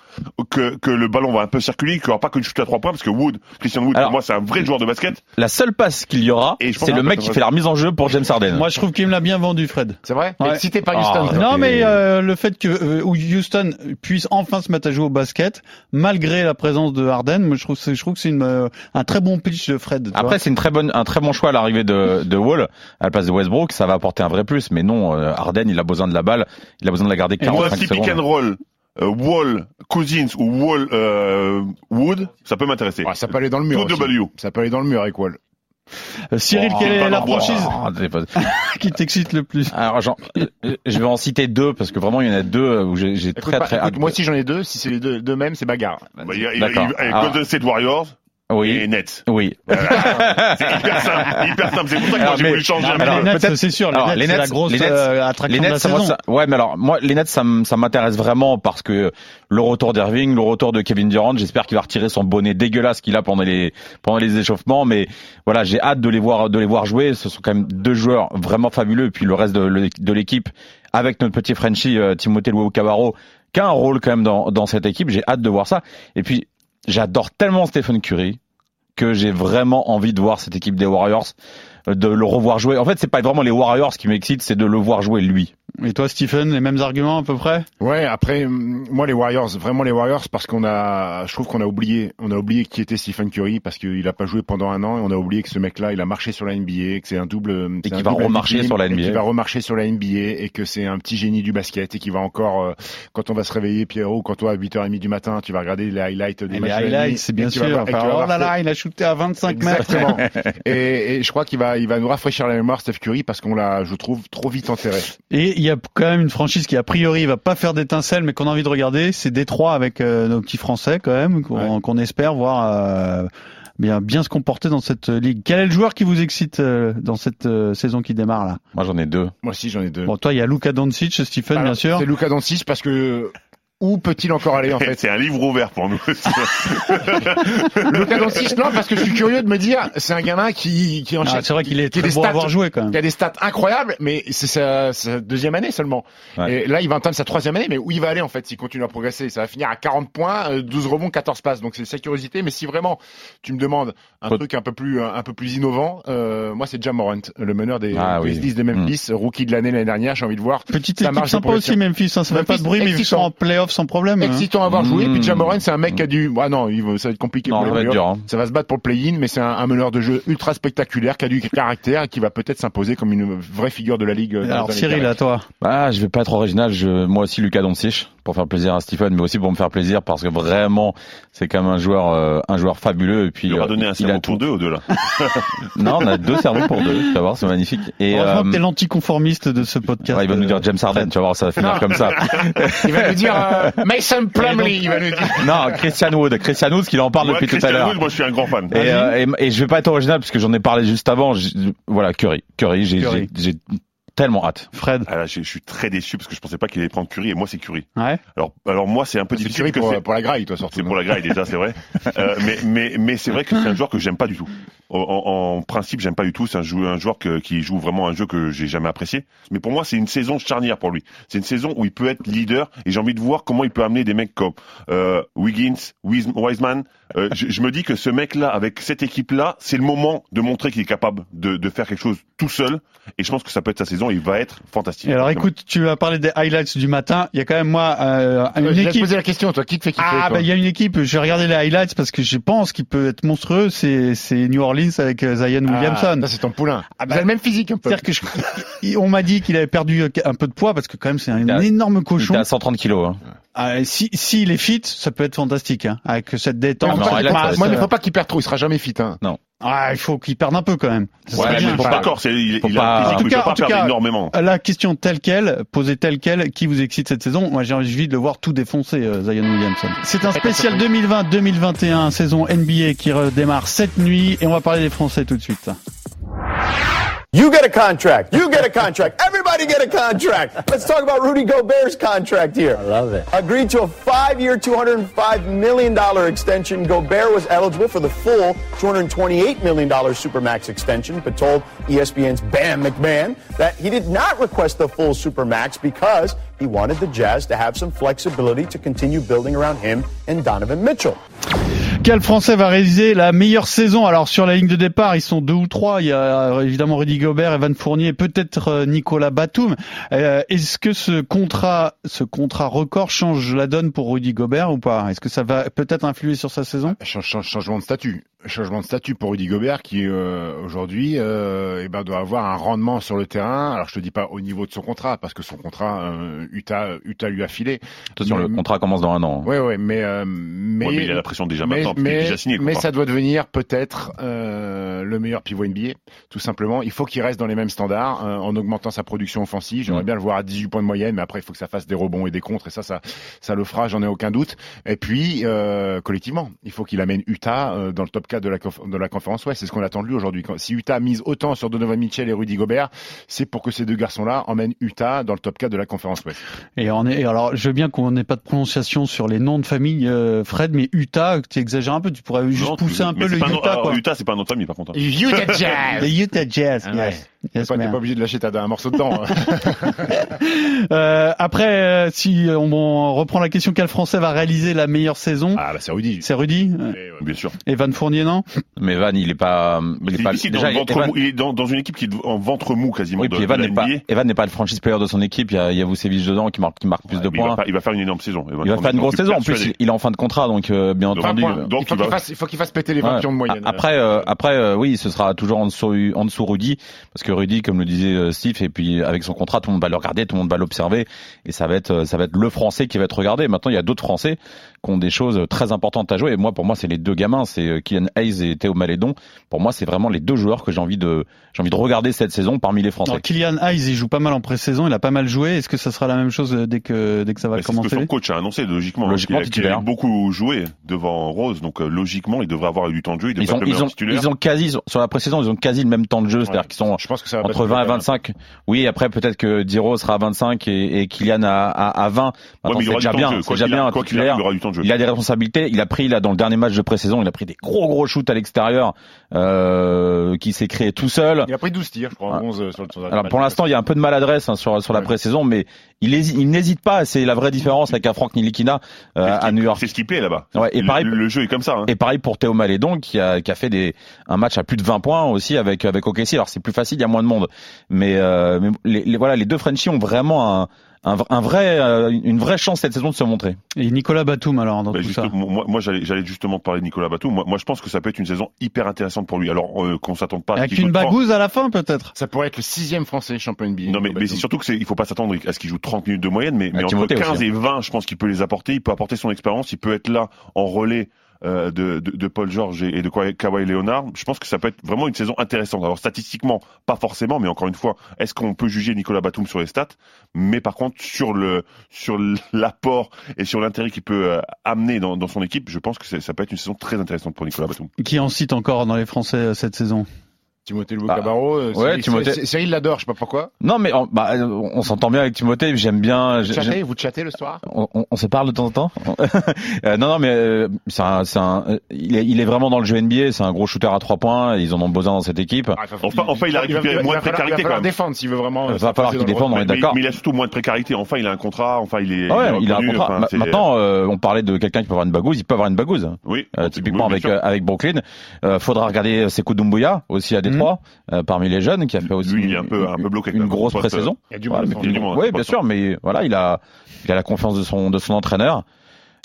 [SPEAKER 2] que, que le ballon va un peu circuler, qu'il n'y aura pas que du shoot à trois points, parce que Wood, Christian Wood,
[SPEAKER 6] Alors-
[SPEAKER 2] pour moi, c'est un vrai joueur de basket.
[SPEAKER 6] La seule passe qu'il y aura,
[SPEAKER 2] Et je pense
[SPEAKER 6] c'est le
[SPEAKER 2] que-
[SPEAKER 6] mec qui fait la remise en jeu pour James Harden.
[SPEAKER 5] Moi, je trouve qu'il me l'a bien vendu, Fred.
[SPEAKER 7] C'est vrai
[SPEAKER 5] Ouais.
[SPEAKER 7] Mais si t'es pas Houston,
[SPEAKER 6] Ah,
[SPEAKER 7] toi,
[SPEAKER 5] Ben Non,
[SPEAKER 7] t'es-
[SPEAKER 5] mais euh, le fait que euh, Houston puisse enfin se mettre à jouer au basket, malgré la présence de Harden, moi, je trouve, c'est- je trouve que c'est une, euh, un très bon pitch de Fred. tu vois.
[SPEAKER 6] Après, c'est une très bonne, un très bon choix à l'arrivée de, de Wall à la place de Westbrook. Ça va apporter un vrai plus, mais non, euh, Harden, il a besoin de la balle, il a besoin de la garder
[SPEAKER 2] Et moi,
[SPEAKER 6] 45
[SPEAKER 2] si pick and
[SPEAKER 6] secondes.
[SPEAKER 2] roll, euh, Wall, Cousins ou Wall, euh, Wood, ça peut m'intéresser.
[SPEAKER 7] Ouais, ça peut aller dans le mur.
[SPEAKER 2] Tout
[SPEAKER 7] aussi.
[SPEAKER 2] W.
[SPEAKER 7] Ça peut aller dans le mur avec Wall.
[SPEAKER 5] Euh, Cyril,
[SPEAKER 6] Oh,
[SPEAKER 5] quelle est
[SPEAKER 2] pas
[SPEAKER 5] la
[SPEAKER 2] dans le bois.
[SPEAKER 5] franchise
[SPEAKER 6] Oh, c'est pas-
[SPEAKER 5] qui t'excite le plus
[SPEAKER 6] Alors, genre, euh, euh, je vais en citer deux parce que vraiment, il y en a deux euh, où j'ai j'ai
[SPEAKER 7] Écoute,
[SPEAKER 6] très
[SPEAKER 7] pas-
[SPEAKER 6] très.
[SPEAKER 7] écoute,
[SPEAKER 6] hâte.
[SPEAKER 7] moi aussi j'en ai deux, si c'est les deux, deux mêmes, c'est bagarre.
[SPEAKER 2] Bah, il y a, il y a-
[SPEAKER 6] D'accord.
[SPEAKER 2] il y a
[SPEAKER 6] Ah.
[SPEAKER 2] Golden State Warriors et
[SPEAKER 6] Oui,
[SPEAKER 2] Nets.
[SPEAKER 6] oui.
[SPEAKER 2] C'est hyper simple, hyper simple. C'est pour ça que moi,
[SPEAKER 6] Alors,
[SPEAKER 2] j'ai
[SPEAKER 6] mais-
[SPEAKER 2] voulu changer.
[SPEAKER 5] Ah,
[SPEAKER 2] un
[SPEAKER 5] mais
[SPEAKER 2] peu.
[SPEAKER 5] les Nets,
[SPEAKER 6] peut-être-
[SPEAKER 5] c'est sûr. Les
[SPEAKER 6] alors,
[SPEAKER 5] Nets,
[SPEAKER 6] les
[SPEAKER 5] c'est la
[SPEAKER 6] Nets-
[SPEAKER 5] grosse
[SPEAKER 6] les Nets-
[SPEAKER 5] euh, attraction
[SPEAKER 6] Les
[SPEAKER 5] de
[SPEAKER 6] Nets,
[SPEAKER 5] la
[SPEAKER 6] ça, moi,
[SPEAKER 5] saison.
[SPEAKER 6] ça- ouais, mais alors moi, les Nets, ça, m- ça m'intéresse vraiment parce que le retour d'Irving, le retour de Kevin Durant, j'espère qu'il va retirer son bonnet dégueulasse qu'il a pendant les pendant les échauffements, mais voilà, j'ai hâte de les voir de les voir jouer. Ce sont quand même deux joueurs vraiment fabuleux, et puis le reste de, l'é- de l'équipe avec notre petit Frenchie euh, Timothée Luau Cabarro, qui a un rôle quand même dans dans cette équipe. J'ai hâte de voir ça. Et puis j'adore tellement Stephen Curry que j'ai vraiment envie de voir cette équipe des Warriors euh, de le revoir jouer. En fait, c'est pas vraiment les Warriors qui m'excitent, c'est de le voir jouer lui.
[SPEAKER 5] Et toi, Stephen, les mêmes arguments à peu près
[SPEAKER 7] Ouais, après, hum, moi les Warriors, vraiment les Warriors, parce qu'on a, je trouve qu'on a oublié, on a oublié qui était Stephen Curry parce qu'il a pas joué pendant un an et on a oublié que ce mec-là, il a marché sur la NBA, que c'est un double, et
[SPEAKER 6] qu'il va remarcher sur la NBA.
[SPEAKER 7] qui va remarcher sur la NBA et que c'est un petit génie du basket et qui va encore, euh, quand on va se réveiller, Pierrot, ou quand toi à 8h30 du matin, tu vas regarder les highlights des
[SPEAKER 5] Les
[SPEAKER 7] matchs de la NBA,
[SPEAKER 5] highlights, c'est bien
[SPEAKER 7] et tu vas
[SPEAKER 5] sûr.
[SPEAKER 7] voir- et tu
[SPEAKER 5] Enfin,
[SPEAKER 7] vas
[SPEAKER 5] oh
[SPEAKER 7] voir
[SPEAKER 5] là
[SPEAKER 7] que-
[SPEAKER 5] là, il a shooté à 25 mètres.
[SPEAKER 7] Exactement. et, et je crois qu'il va, il va nous rafraîchir la mémoire, Steph Curry, parce qu'on l'a, je trouve, trop vite enterré.
[SPEAKER 5] Et il y a quand même une franchise qui a priori va pas faire d'étincelles, mais qu'on a envie de regarder, c'est Détroit avec euh, nos petits Français quand même, qu'on qu'on espère voir euh, bien bien se comporter dans cette euh, ligue. Quel est le joueur qui vous excite euh, dans cette euh, saison qui démarre là
[SPEAKER 6] Moi j'en ai deux.
[SPEAKER 7] Moi aussi, j'en ai deux.
[SPEAKER 5] Bon, toi, il y a Luka Doncic, Stephen,
[SPEAKER 7] Alors,
[SPEAKER 5] bien sûr.
[SPEAKER 7] C'est Luca Doncic parce que où peut-il encore aller en fait
[SPEAKER 2] C'est un livre ouvert pour nous.
[SPEAKER 7] Luca Doncic non parce que je suis curieux de me dire c'est un gamin qui qui
[SPEAKER 5] Ah,
[SPEAKER 7] enchaîne.
[SPEAKER 5] c'est vrai qu'il est
[SPEAKER 7] qui a
[SPEAKER 5] très
[SPEAKER 7] des
[SPEAKER 5] beau à
[SPEAKER 7] stats-
[SPEAKER 5] avoir joué quand
[SPEAKER 7] qui
[SPEAKER 5] même.
[SPEAKER 7] a des stats incroyables, mais c'est sa, sa deuxième année seulement.
[SPEAKER 6] Ouais.
[SPEAKER 7] Et là, il va atteindre sa troisième année, mais où il va aller en fait s'il continue à progresser Ça va finir à 40 points, euh, 12 rebonds, 14 passes. Donc c'est sa curiosité. Mais si vraiment tu me demandes un
[SPEAKER 6] Faut-
[SPEAKER 7] truc un peu plus un peu plus innovant, euh, moi c'est Jamorant, le meneur des
[SPEAKER 6] Ah oui.
[SPEAKER 7] des Grizzlies de Memphis, rookie de l'année l'année dernière. J'ai envie de voir.
[SPEAKER 5] Hmm. Petite
[SPEAKER 7] Ça
[SPEAKER 5] équipe
[SPEAKER 7] marche
[SPEAKER 5] sympa
[SPEAKER 7] pour le
[SPEAKER 5] aussi, Memphis. Hein, ça fait
[SPEAKER 7] Memphis,
[SPEAKER 5] pas de bruit, mais ils sont
[SPEAKER 7] excitant.
[SPEAKER 5] en playoff sans problème. hein.
[SPEAKER 7] Excitant à avoir joué.
[SPEAKER 6] Mmh.
[SPEAKER 7] Puis Jamorant, c'est un mec qui a du. Ah non, il va- ça va être compliqué.
[SPEAKER 6] Non,
[SPEAKER 7] pour
[SPEAKER 6] ça
[SPEAKER 7] les
[SPEAKER 6] va être
[SPEAKER 7] playoffs.
[SPEAKER 6] dur. hein.
[SPEAKER 7] Ça va se battre pour le play-in, mais c'est un, un meneur de jeu ultra spectaculaire qui a du caractère et qui va peut-être s'imposer comme une vraie figure de la ligue. euh, dans
[SPEAKER 5] Alors
[SPEAKER 7] les
[SPEAKER 5] Cyril,
[SPEAKER 7] carrés.
[SPEAKER 5] à toi.
[SPEAKER 6] Ah, je vais pas être original. Je, moi aussi Lucas Doncic. pour faire plaisir à Stephen, mais aussi pour me faire plaisir parce que vraiment, c'est quand même un joueur, euh, un joueur fabuleux. Et puis,
[SPEAKER 2] Il aura
[SPEAKER 6] euh,
[SPEAKER 2] donné un
[SPEAKER 6] il a
[SPEAKER 2] cerveau pour
[SPEAKER 6] tout.
[SPEAKER 2] deux au delà.
[SPEAKER 6] Non, on a deux cerveaux pour deux. Tu vas voir, c'est magnifique. Et,
[SPEAKER 5] Heureusement que
[SPEAKER 6] euh,
[SPEAKER 5] t'es l'anticonformiste de ce podcast. euh,
[SPEAKER 6] ouais, il va nous dire James Harden, tu vas voir, ça va finir comme ça.
[SPEAKER 7] Il va nous dire euh, Mason Plumlee. Il va nous dire.
[SPEAKER 6] Non, Christian Wood, Christian Wood, qu'il en parle
[SPEAKER 2] Moi,
[SPEAKER 6] depuis
[SPEAKER 2] Christian
[SPEAKER 6] tout à l'heure.
[SPEAKER 2] Wood, moi, je suis un grand fan.
[SPEAKER 6] Et, euh, et- et je vais pas être original parce que j'en ai parlé juste avant. J- Voilà, Curry, Curry, j'ai-
[SPEAKER 5] Curry.
[SPEAKER 6] j'ai j'ai tellement hâte.
[SPEAKER 5] Fred.
[SPEAKER 2] Ah là, je, je suis très déçu parce que je pensais pas qu'il allait prendre Curry et moi c'est Curry.
[SPEAKER 5] Ouais.
[SPEAKER 2] Alors, alors moi c'est un peu
[SPEAKER 7] Ah, C'est
[SPEAKER 2] difficile
[SPEAKER 7] Curry
[SPEAKER 2] parce que
[SPEAKER 7] pour, euh,
[SPEAKER 2] c'est-
[SPEAKER 7] pour la graille, toi, surtout.
[SPEAKER 2] c'est pour la graille déjà, c'est vrai. Euh, mais mais mais c'est vrai que c'est un joueur que j'aime pas du tout. En, en- en principe, j'aime pas du tout. C'est un, jou- un joueur que, qui joue vraiment un jeu que j'ai jamais apprécié. Mais pour moi, c'est une saison charnière pour lui. C'est une saison où il peut être leader et j'ai envie de voir comment il peut amener des mecs comme euh, Wiggins, Wis- Wiseman. Euh, je, je me dis que ce mec-là, avec cette équipe-là, c'est le moment de montrer qu'il est capable de, de faire quelque chose tout seul. Et je pense que ça peut être sa saison. Et il va être fantastique.
[SPEAKER 5] Et alors écoute, tu as parlé des highlights du matin. Il y a quand même moi euh,
[SPEAKER 7] Euh,
[SPEAKER 5] une
[SPEAKER 7] je laisse
[SPEAKER 5] équipe.
[SPEAKER 7] poser la question, toi. Qui te fait kiffer
[SPEAKER 5] Ah
[SPEAKER 7] toi
[SPEAKER 5] bah il y a une équipe. J'ai regardé les highlights parce que je pense qu'il peut être monstrueux. C'est c'est New Orleans avec euh, Zion
[SPEAKER 7] Ah,
[SPEAKER 5] Williamson.
[SPEAKER 7] ça, c'est ton poulain.
[SPEAKER 5] Ah, bah-
[SPEAKER 7] Vous avez le même physique un peu.
[SPEAKER 5] C'est-à-dire que je- on m'a dit qu'il avait perdu euh, un peu de poids parce que quand même c'est un
[SPEAKER 6] Il a-
[SPEAKER 5] énorme
[SPEAKER 6] Il était
[SPEAKER 5] cochon.
[SPEAKER 6] à 130 kilos. Hein.
[SPEAKER 5] Ah, et si s'il est fit, ça peut être fantastique hein, avec cette
[SPEAKER 7] Non,
[SPEAKER 5] détente.
[SPEAKER 6] mais
[SPEAKER 7] faut
[SPEAKER 6] en
[SPEAKER 7] pas-
[SPEAKER 6] réalité,
[SPEAKER 7] faut pas-
[SPEAKER 6] ça-
[SPEAKER 7] moi, il ne faut pas qu'il perde trop, il sera jamais fit. Hein.
[SPEAKER 5] Ah, il faut qu'il perde un peu quand même. Ça serait
[SPEAKER 6] Ouais,
[SPEAKER 5] bien.
[SPEAKER 6] mais
[SPEAKER 2] Bon,
[SPEAKER 7] Enfin,
[SPEAKER 2] d'accord, c'est il,
[SPEAKER 6] faut
[SPEAKER 2] il a un
[SPEAKER 6] pas-
[SPEAKER 2] physique,
[SPEAKER 6] En
[SPEAKER 5] tout
[SPEAKER 2] mais il
[SPEAKER 5] cas-
[SPEAKER 2] peut
[SPEAKER 5] en
[SPEAKER 2] pas
[SPEAKER 5] tout
[SPEAKER 2] perdre
[SPEAKER 5] cas-
[SPEAKER 2] énormément.
[SPEAKER 5] Euh, La question telle quelle, posée telle quelle, qui vous excite cette saison Moi j'ai envie de le voir tout défoncer, euh, Zion Williamson. C'est un spécial 2020-2021, saison NBA qui redémarre cette nuit et on va parler des Français tout de suite.
[SPEAKER 1] You get a contract. You get a contract. Everybody get a contract. Let's talk about Rudy Gobert's contract here. I love it. Agreed to a five-year, $205 million extension. Gobert was eligible for the full $228 million Supermax extension, but told E ESPN's Bam McMahon that he did not request the full Supermax because he wanted the Jazz to have some flexibility to continue building around him and Donovan Mitchell.
[SPEAKER 5] Quel Français va réaliser la meilleure saison Alors sur la ligne de départ, ils sont deux ou trois. Il y a euh, évidemment Rudy Gobert, Evan Fournier, et peut-être euh, Nicolas Batum. Euh, Est-ce que ce contrat, ce contrat record change la donne pour Rudy Gobert ou pas Est-ce que ça va peut-être influer sur sa saison
[SPEAKER 7] Change- change- changement de statut. Changement de statut pour Rudy Gobert qui euh, aujourd'hui euh, eh ben, doit avoir un rendement sur le terrain. Alors je te dis pas au niveau de son contrat parce que son contrat euh, Utah, Utah lui a filé.
[SPEAKER 6] Attention, le
[SPEAKER 2] Mm-hmm.
[SPEAKER 7] Mais-
[SPEAKER 6] contrat commence dans un an. hein.
[SPEAKER 7] Ouais ouais mais euh, mais,
[SPEAKER 2] Ouais, mais il a la pression déjà
[SPEAKER 7] mais-
[SPEAKER 2] maintenant, parce qu'il est
[SPEAKER 7] mais-
[SPEAKER 2] déjà signé.
[SPEAKER 7] mais
[SPEAKER 2] quoi.
[SPEAKER 7] ça doit devenir peut-être euh, le meilleur pivot NBA, tout simplement. Il faut qu'il reste dans les mêmes standards euh, en augmentant sa production offensive. J'aimerais
[SPEAKER 6] Mm.
[SPEAKER 7] bien le voir à 18 points de moyenne, mais après il faut que ça fasse des rebonds et des contres, et ça, ça, ça le fera, j'en ai aucun doute. Et puis euh, collectivement, il faut qu'il amène Utah euh, dans le top 4 de la, conf- de la conférence Ouest. C'est ce qu'on attend de lui aujourd'hui. Quand- Si Utah mise autant sur Donovan Mitchell et Rudy Gobert, c'est pour que ces deux garçons-là emmènent Utah dans le top 4 de la conférence Ouest.
[SPEAKER 5] Et on est, et alors, je veux bien qu'on n'ait pas de prononciation sur les noms de famille, euh, Fred, mais Utah, tu exagères un peu, tu pourrais juste
[SPEAKER 2] Non, tu-
[SPEAKER 5] pousser un
[SPEAKER 2] mais
[SPEAKER 5] peu
[SPEAKER 2] c'est
[SPEAKER 5] le
[SPEAKER 2] pas Ah, un-
[SPEAKER 5] Utah,
[SPEAKER 2] alors,
[SPEAKER 5] quoi.
[SPEAKER 2] Utah, c'est pas notre ami, par contre.
[SPEAKER 7] Utah Jazz.
[SPEAKER 5] Le Utah Jazz,
[SPEAKER 7] Ah ouais.
[SPEAKER 5] yes.
[SPEAKER 7] T'es
[SPEAKER 5] Yes,
[SPEAKER 7] pas, t'es
[SPEAKER 5] man.
[SPEAKER 7] pas obligé de lâcher, t'as un morceau dedans.
[SPEAKER 5] Euh, après, euh, si on, on reprend la question, quel Français va réaliser la meilleure saison
[SPEAKER 7] ah bah c'est Rudy.
[SPEAKER 5] C'est Rudy euh,
[SPEAKER 7] Mais, ouais.
[SPEAKER 2] Bien sûr.
[SPEAKER 5] et Van Fournier, non
[SPEAKER 6] Mais Evan, il est pas, euh, il
[SPEAKER 2] C'est
[SPEAKER 6] est pas.
[SPEAKER 2] difficile dans, le
[SPEAKER 6] il-
[SPEAKER 2] ventre
[SPEAKER 6] Evan-
[SPEAKER 2] mou. Il est dans, dans une équipe qui est en ventre mou quasiment.
[SPEAKER 6] oui,
[SPEAKER 2] de,
[SPEAKER 6] puis Evan
[SPEAKER 2] de la
[SPEAKER 6] n'est pas,
[SPEAKER 2] NBA.
[SPEAKER 6] Evan n'est pas le franchise player de son équipe. Il y a, il y a Vucevic dedans qui marque, qui marque plus de
[SPEAKER 2] Mais il, va
[SPEAKER 6] points.
[SPEAKER 2] pas- il va faire une énorme saison. Evan
[SPEAKER 6] Il va
[SPEAKER 2] Fournier.
[SPEAKER 6] faire une
[SPEAKER 2] J'en
[SPEAKER 6] grosse
[SPEAKER 2] suis
[SPEAKER 6] saison. En plus, il,
[SPEAKER 2] persuadé.
[SPEAKER 6] il est en fin de contrat, donc euh, bien
[SPEAKER 2] Donc,
[SPEAKER 7] Vingt
[SPEAKER 6] entendu.
[SPEAKER 7] points.
[SPEAKER 6] euh,
[SPEAKER 2] donc,
[SPEAKER 7] il faut
[SPEAKER 2] il
[SPEAKER 7] qu'il
[SPEAKER 2] va-
[SPEAKER 7] fasse, il faut qu'il fasse péter les 20
[SPEAKER 6] Ouais.
[SPEAKER 7] pions de moyenne.
[SPEAKER 6] A- Après, euh, après, euh, oui, ce sera toujours en dessous, en dessous Rudy, parce que Rudy, comme le disait euh, Steve, et puis avec son contrat, tout le monde va le regarder, tout le monde va l'observer, et ça va être, euh, ça va être le Français qui va être regardé. Maintenant, il y a d'autres Français qui ont des choses très importantes à jouer. Et moi, pour moi, c'est les deux gamins, c'est euh, Kylian Hayes et Théo Malédon. Pour moi, c'est vraiment les deux joueurs que j'ai envie de, j'ai envie de regarder cette saison parmi les Français.
[SPEAKER 5] Alors, Kylian Hayes, il joue pas mal en pré-saison, il a pas mal joué. Est-ce que ça sera la même chose euh, dès que dès que ça va
[SPEAKER 2] Mais Bah, C'est ce que
[SPEAKER 5] commencer
[SPEAKER 2] son coach a annoncé, logiquement.
[SPEAKER 6] Logiquement,
[SPEAKER 2] il a,
[SPEAKER 6] titulaire.
[SPEAKER 2] beaucoup joué devant Rose, donc euh, logiquement, il devrait avoir eu du temps de jeu. Il devrait
[SPEAKER 6] Ils ont,
[SPEAKER 2] être le
[SPEAKER 6] ils
[SPEAKER 2] meilleur
[SPEAKER 6] ont,
[SPEAKER 2] titulaire.
[SPEAKER 6] ils ont quasi, sur la présaison, ils ont quasi le même temps de jeu, c'est-à-dire
[SPEAKER 7] Ouais.
[SPEAKER 6] qu'ils sont
[SPEAKER 7] je pense que ça va battre
[SPEAKER 6] entre 20 et
[SPEAKER 7] le Bayern.
[SPEAKER 6] 25. Oui, après peut-être que Diro sera à 25 et, et Kylian à, à, à 20.
[SPEAKER 2] Ouais,
[SPEAKER 6] Maintenant,
[SPEAKER 2] mais il
[SPEAKER 6] c'est
[SPEAKER 2] aura du
[SPEAKER 6] déjà
[SPEAKER 2] temps
[SPEAKER 6] bien,
[SPEAKER 2] de jeu.
[SPEAKER 6] c'est
[SPEAKER 2] Quoi
[SPEAKER 6] déjà
[SPEAKER 2] qu'il
[SPEAKER 6] bien
[SPEAKER 2] a-
[SPEAKER 6] un
[SPEAKER 2] quoi qu'il arrive,
[SPEAKER 6] titulaire.
[SPEAKER 2] il aura du temps de jeu.
[SPEAKER 6] Il a des responsabilités. Il a pris là dans le dernier match de pré-saison, il a pris des gros gros shoots à l'extérieur euh, qui s'est créé tout seul.
[SPEAKER 7] Il a pris 12 tirs, je crois,
[SPEAKER 6] Ah.
[SPEAKER 7] 11 euh, sur le sur le-
[SPEAKER 6] Alors pour l'instant, il y a un peu de maladresse hein, sur sur la
[SPEAKER 7] Ouais.
[SPEAKER 6] pré-saison, mais il hési- il n'hésite pas. C'est la vraie différence avec un Franck Nilikina euh,
[SPEAKER 2] C'est ce qui-
[SPEAKER 6] à New York.
[SPEAKER 2] C'est ce qui plaît là-bas.
[SPEAKER 6] Ouais, et
[SPEAKER 2] Le-
[SPEAKER 6] pareil.
[SPEAKER 2] Le jeu est comme ça. hein.
[SPEAKER 6] Et pareil pour Théo Malédon qui a, qui a fait des, un match à plus de 20 points aussi avec avec OKC. Alors c'est plus facile, il y a moins de monde, mais, euh, mais les, les- voilà, les deux Frenchies ont vraiment un, un, vr- un vrai, euh, une vraie chance cette saison de se montrer.
[SPEAKER 5] Et Nicolas Batum alors dans
[SPEAKER 2] Bah,
[SPEAKER 5] tout
[SPEAKER 2] justement,
[SPEAKER 5] ça.
[SPEAKER 2] moi, moi, j'allais j'allais justement parler de Nicolas Batum. Moi, moi, je pense que ça peut être une saison hyper intéressante pour lui. Alors euh, qu'on s'attende pas. à ce
[SPEAKER 5] Avec
[SPEAKER 2] qu'il
[SPEAKER 5] une
[SPEAKER 2] joue 30
[SPEAKER 5] bagouze à la fin peut-être.
[SPEAKER 7] Ça pourrait être le sixième français champion NBA.
[SPEAKER 2] Non, mais, mais c'est surtout que c'est, il faut pas s'attendre à ce qu'il joue 30 minutes de moyenne, mais, mais entre
[SPEAKER 6] Timothée
[SPEAKER 2] 15
[SPEAKER 6] aussi, hein.
[SPEAKER 2] et 20, je pense qu'il peut les apporter. Il peut apporter son expérience. Il peut être là en relais. euh, De, de, de Paul George et et de Kawhi Kawhi Leonard, je pense que ça peut être vraiment une saison intéressante. Alors statistiquement, pas forcément, mais encore une fois, est-ce qu'on peut juger Nicolas Batum sur les stats Mais par contre, sur le sur l'apport et sur l'intérêt qu'il peut euh, amener dans, dans son équipe, je pense que c'est- ça peut être une saison très intéressante pour Nicolas Batum.
[SPEAKER 5] Qui en cite encore dans les Français euh, cette saison
[SPEAKER 7] Timothée
[SPEAKER 6] Ah.
[SPEAKER 7] Louis-Cabarro. euh,
[SPEAKER 6] Ouais,
[SPEAKER 7] Cyril-
[SPEAKER 6] Timothée.
[SPEAKER 7] Cyril- Cyril l'adore, je sais pas pourquoi.
[SPEAKER 6] Non, mais on, bah, euh, on s'entend bien avec Timothée. J'aime bien.
[SPEAKER 7] Vous
[SPEAKER 6] j'ai-
[SPEAKER 7] chattez,
[SPEAKER 6] j'ai-
[SPEAKER 7] vous chattez le soir
[SPEAKER 6] On, on- on se parle de temps en temps. Euh, non, non, mais euh, c'est un, c'est un, euh, il, est, il est vraiment dans le jeu NBA. C'est un gros shooter à trois points. Ils en ont besoin dans cette équipe.
[SPEAKER 7] Ah, il va-
[SPEAKER 2] Enfin- enfin, il a
[SPEAKER 7] va-
[SPEAKER 2] récupéré
[SPEAKER 7] va-
[SPEAKER 2] moins
[SPEAKER 7] va
[SPEAKER 2] de
[SPEAKER 7] falloir-
[SPEAKER 2] précarité,
[SPEAKER 7] Il va falloir
[SPEAKER 2] quand même.
[SPEAKER 7] défendre s'il veut vraiment.
[SPEAKER 6] Va
[SPEAKER 7] euh,
[SPEAKER 6] falloir
[SPEAKER 7] s'imposer
[SPEAKER 6] qu'il
[SPEAKER 7] dans le
[SPEAKER 6] défende,
[SPEAKER 7] rôle.
[SPEAKER 6] on est
[SPEAKER 2] Mais,
[SPEAKER 6] d'accord.
[SPEAKER 2] mais il a surtout moins de précarité. Enfin, il a un contrat. Enfin, il est.
[SPEAKER 6] Ah ouais,
[SPEAKER 2] est
[SPEAKER 6] il a un
[SPEAKER 2] reconnu,
[SPEAKER 6] contrat.
[SPEAKER 2] enfin,
[SPEAKER 6] Ma-
[SPEAKER 2] c'est-
[SPEAKER 6] Maintenant, euh, on parlait de quelqu'un qui peut avoir une bagouze. Il peut avoir une bagouze.
[SPEAKER 2] Oui.
[SPEAKER 6] Euh,
[SPEAKER 2] Donc,
[SPEAKER 6] typiquement
[SPEAKER 2] oui, bien
[SPEAKER 6] avec
[SPEAKER 2] sûr.
[SPEAKER 6] euh, avec Brooklyn, euh, faudra regarder Sekou Doumbouya aussi
[SPEAKER 7] Mhm.
[SPEAKER 6] à Détroit euh, parmi les jeunes qui a fait aussi
[SPEAKER 2] Lui, il est un
[SPEAKER 6] une-
[SPEAKER 2] peu- un
[SPEAKER 6] une-
[SPEAKER 2] peu bloqué, quand
[SPEAKER 6] une
[SPEAKER 2] même,
[SPEAKER 6] grosse
[SPEAKER 2] pour être-
[SPEAKER 6] pré-saison.
[SPEAKER 7] Il y a du
[SPEAKER 6] Voilà,
[SPEAKER 7] mal.
[SPEAKER 6] mais
[SPEAKER 2] il y a du monde,
[SPEAKER 6] oui,
[SPEAKER 2] c'est
[SPEAKER 6] bien
[SPEAKER 2] pas
[SPEAKER 6] sûr, mais voilà, il a, il a la confiance de son, de son entraîneur.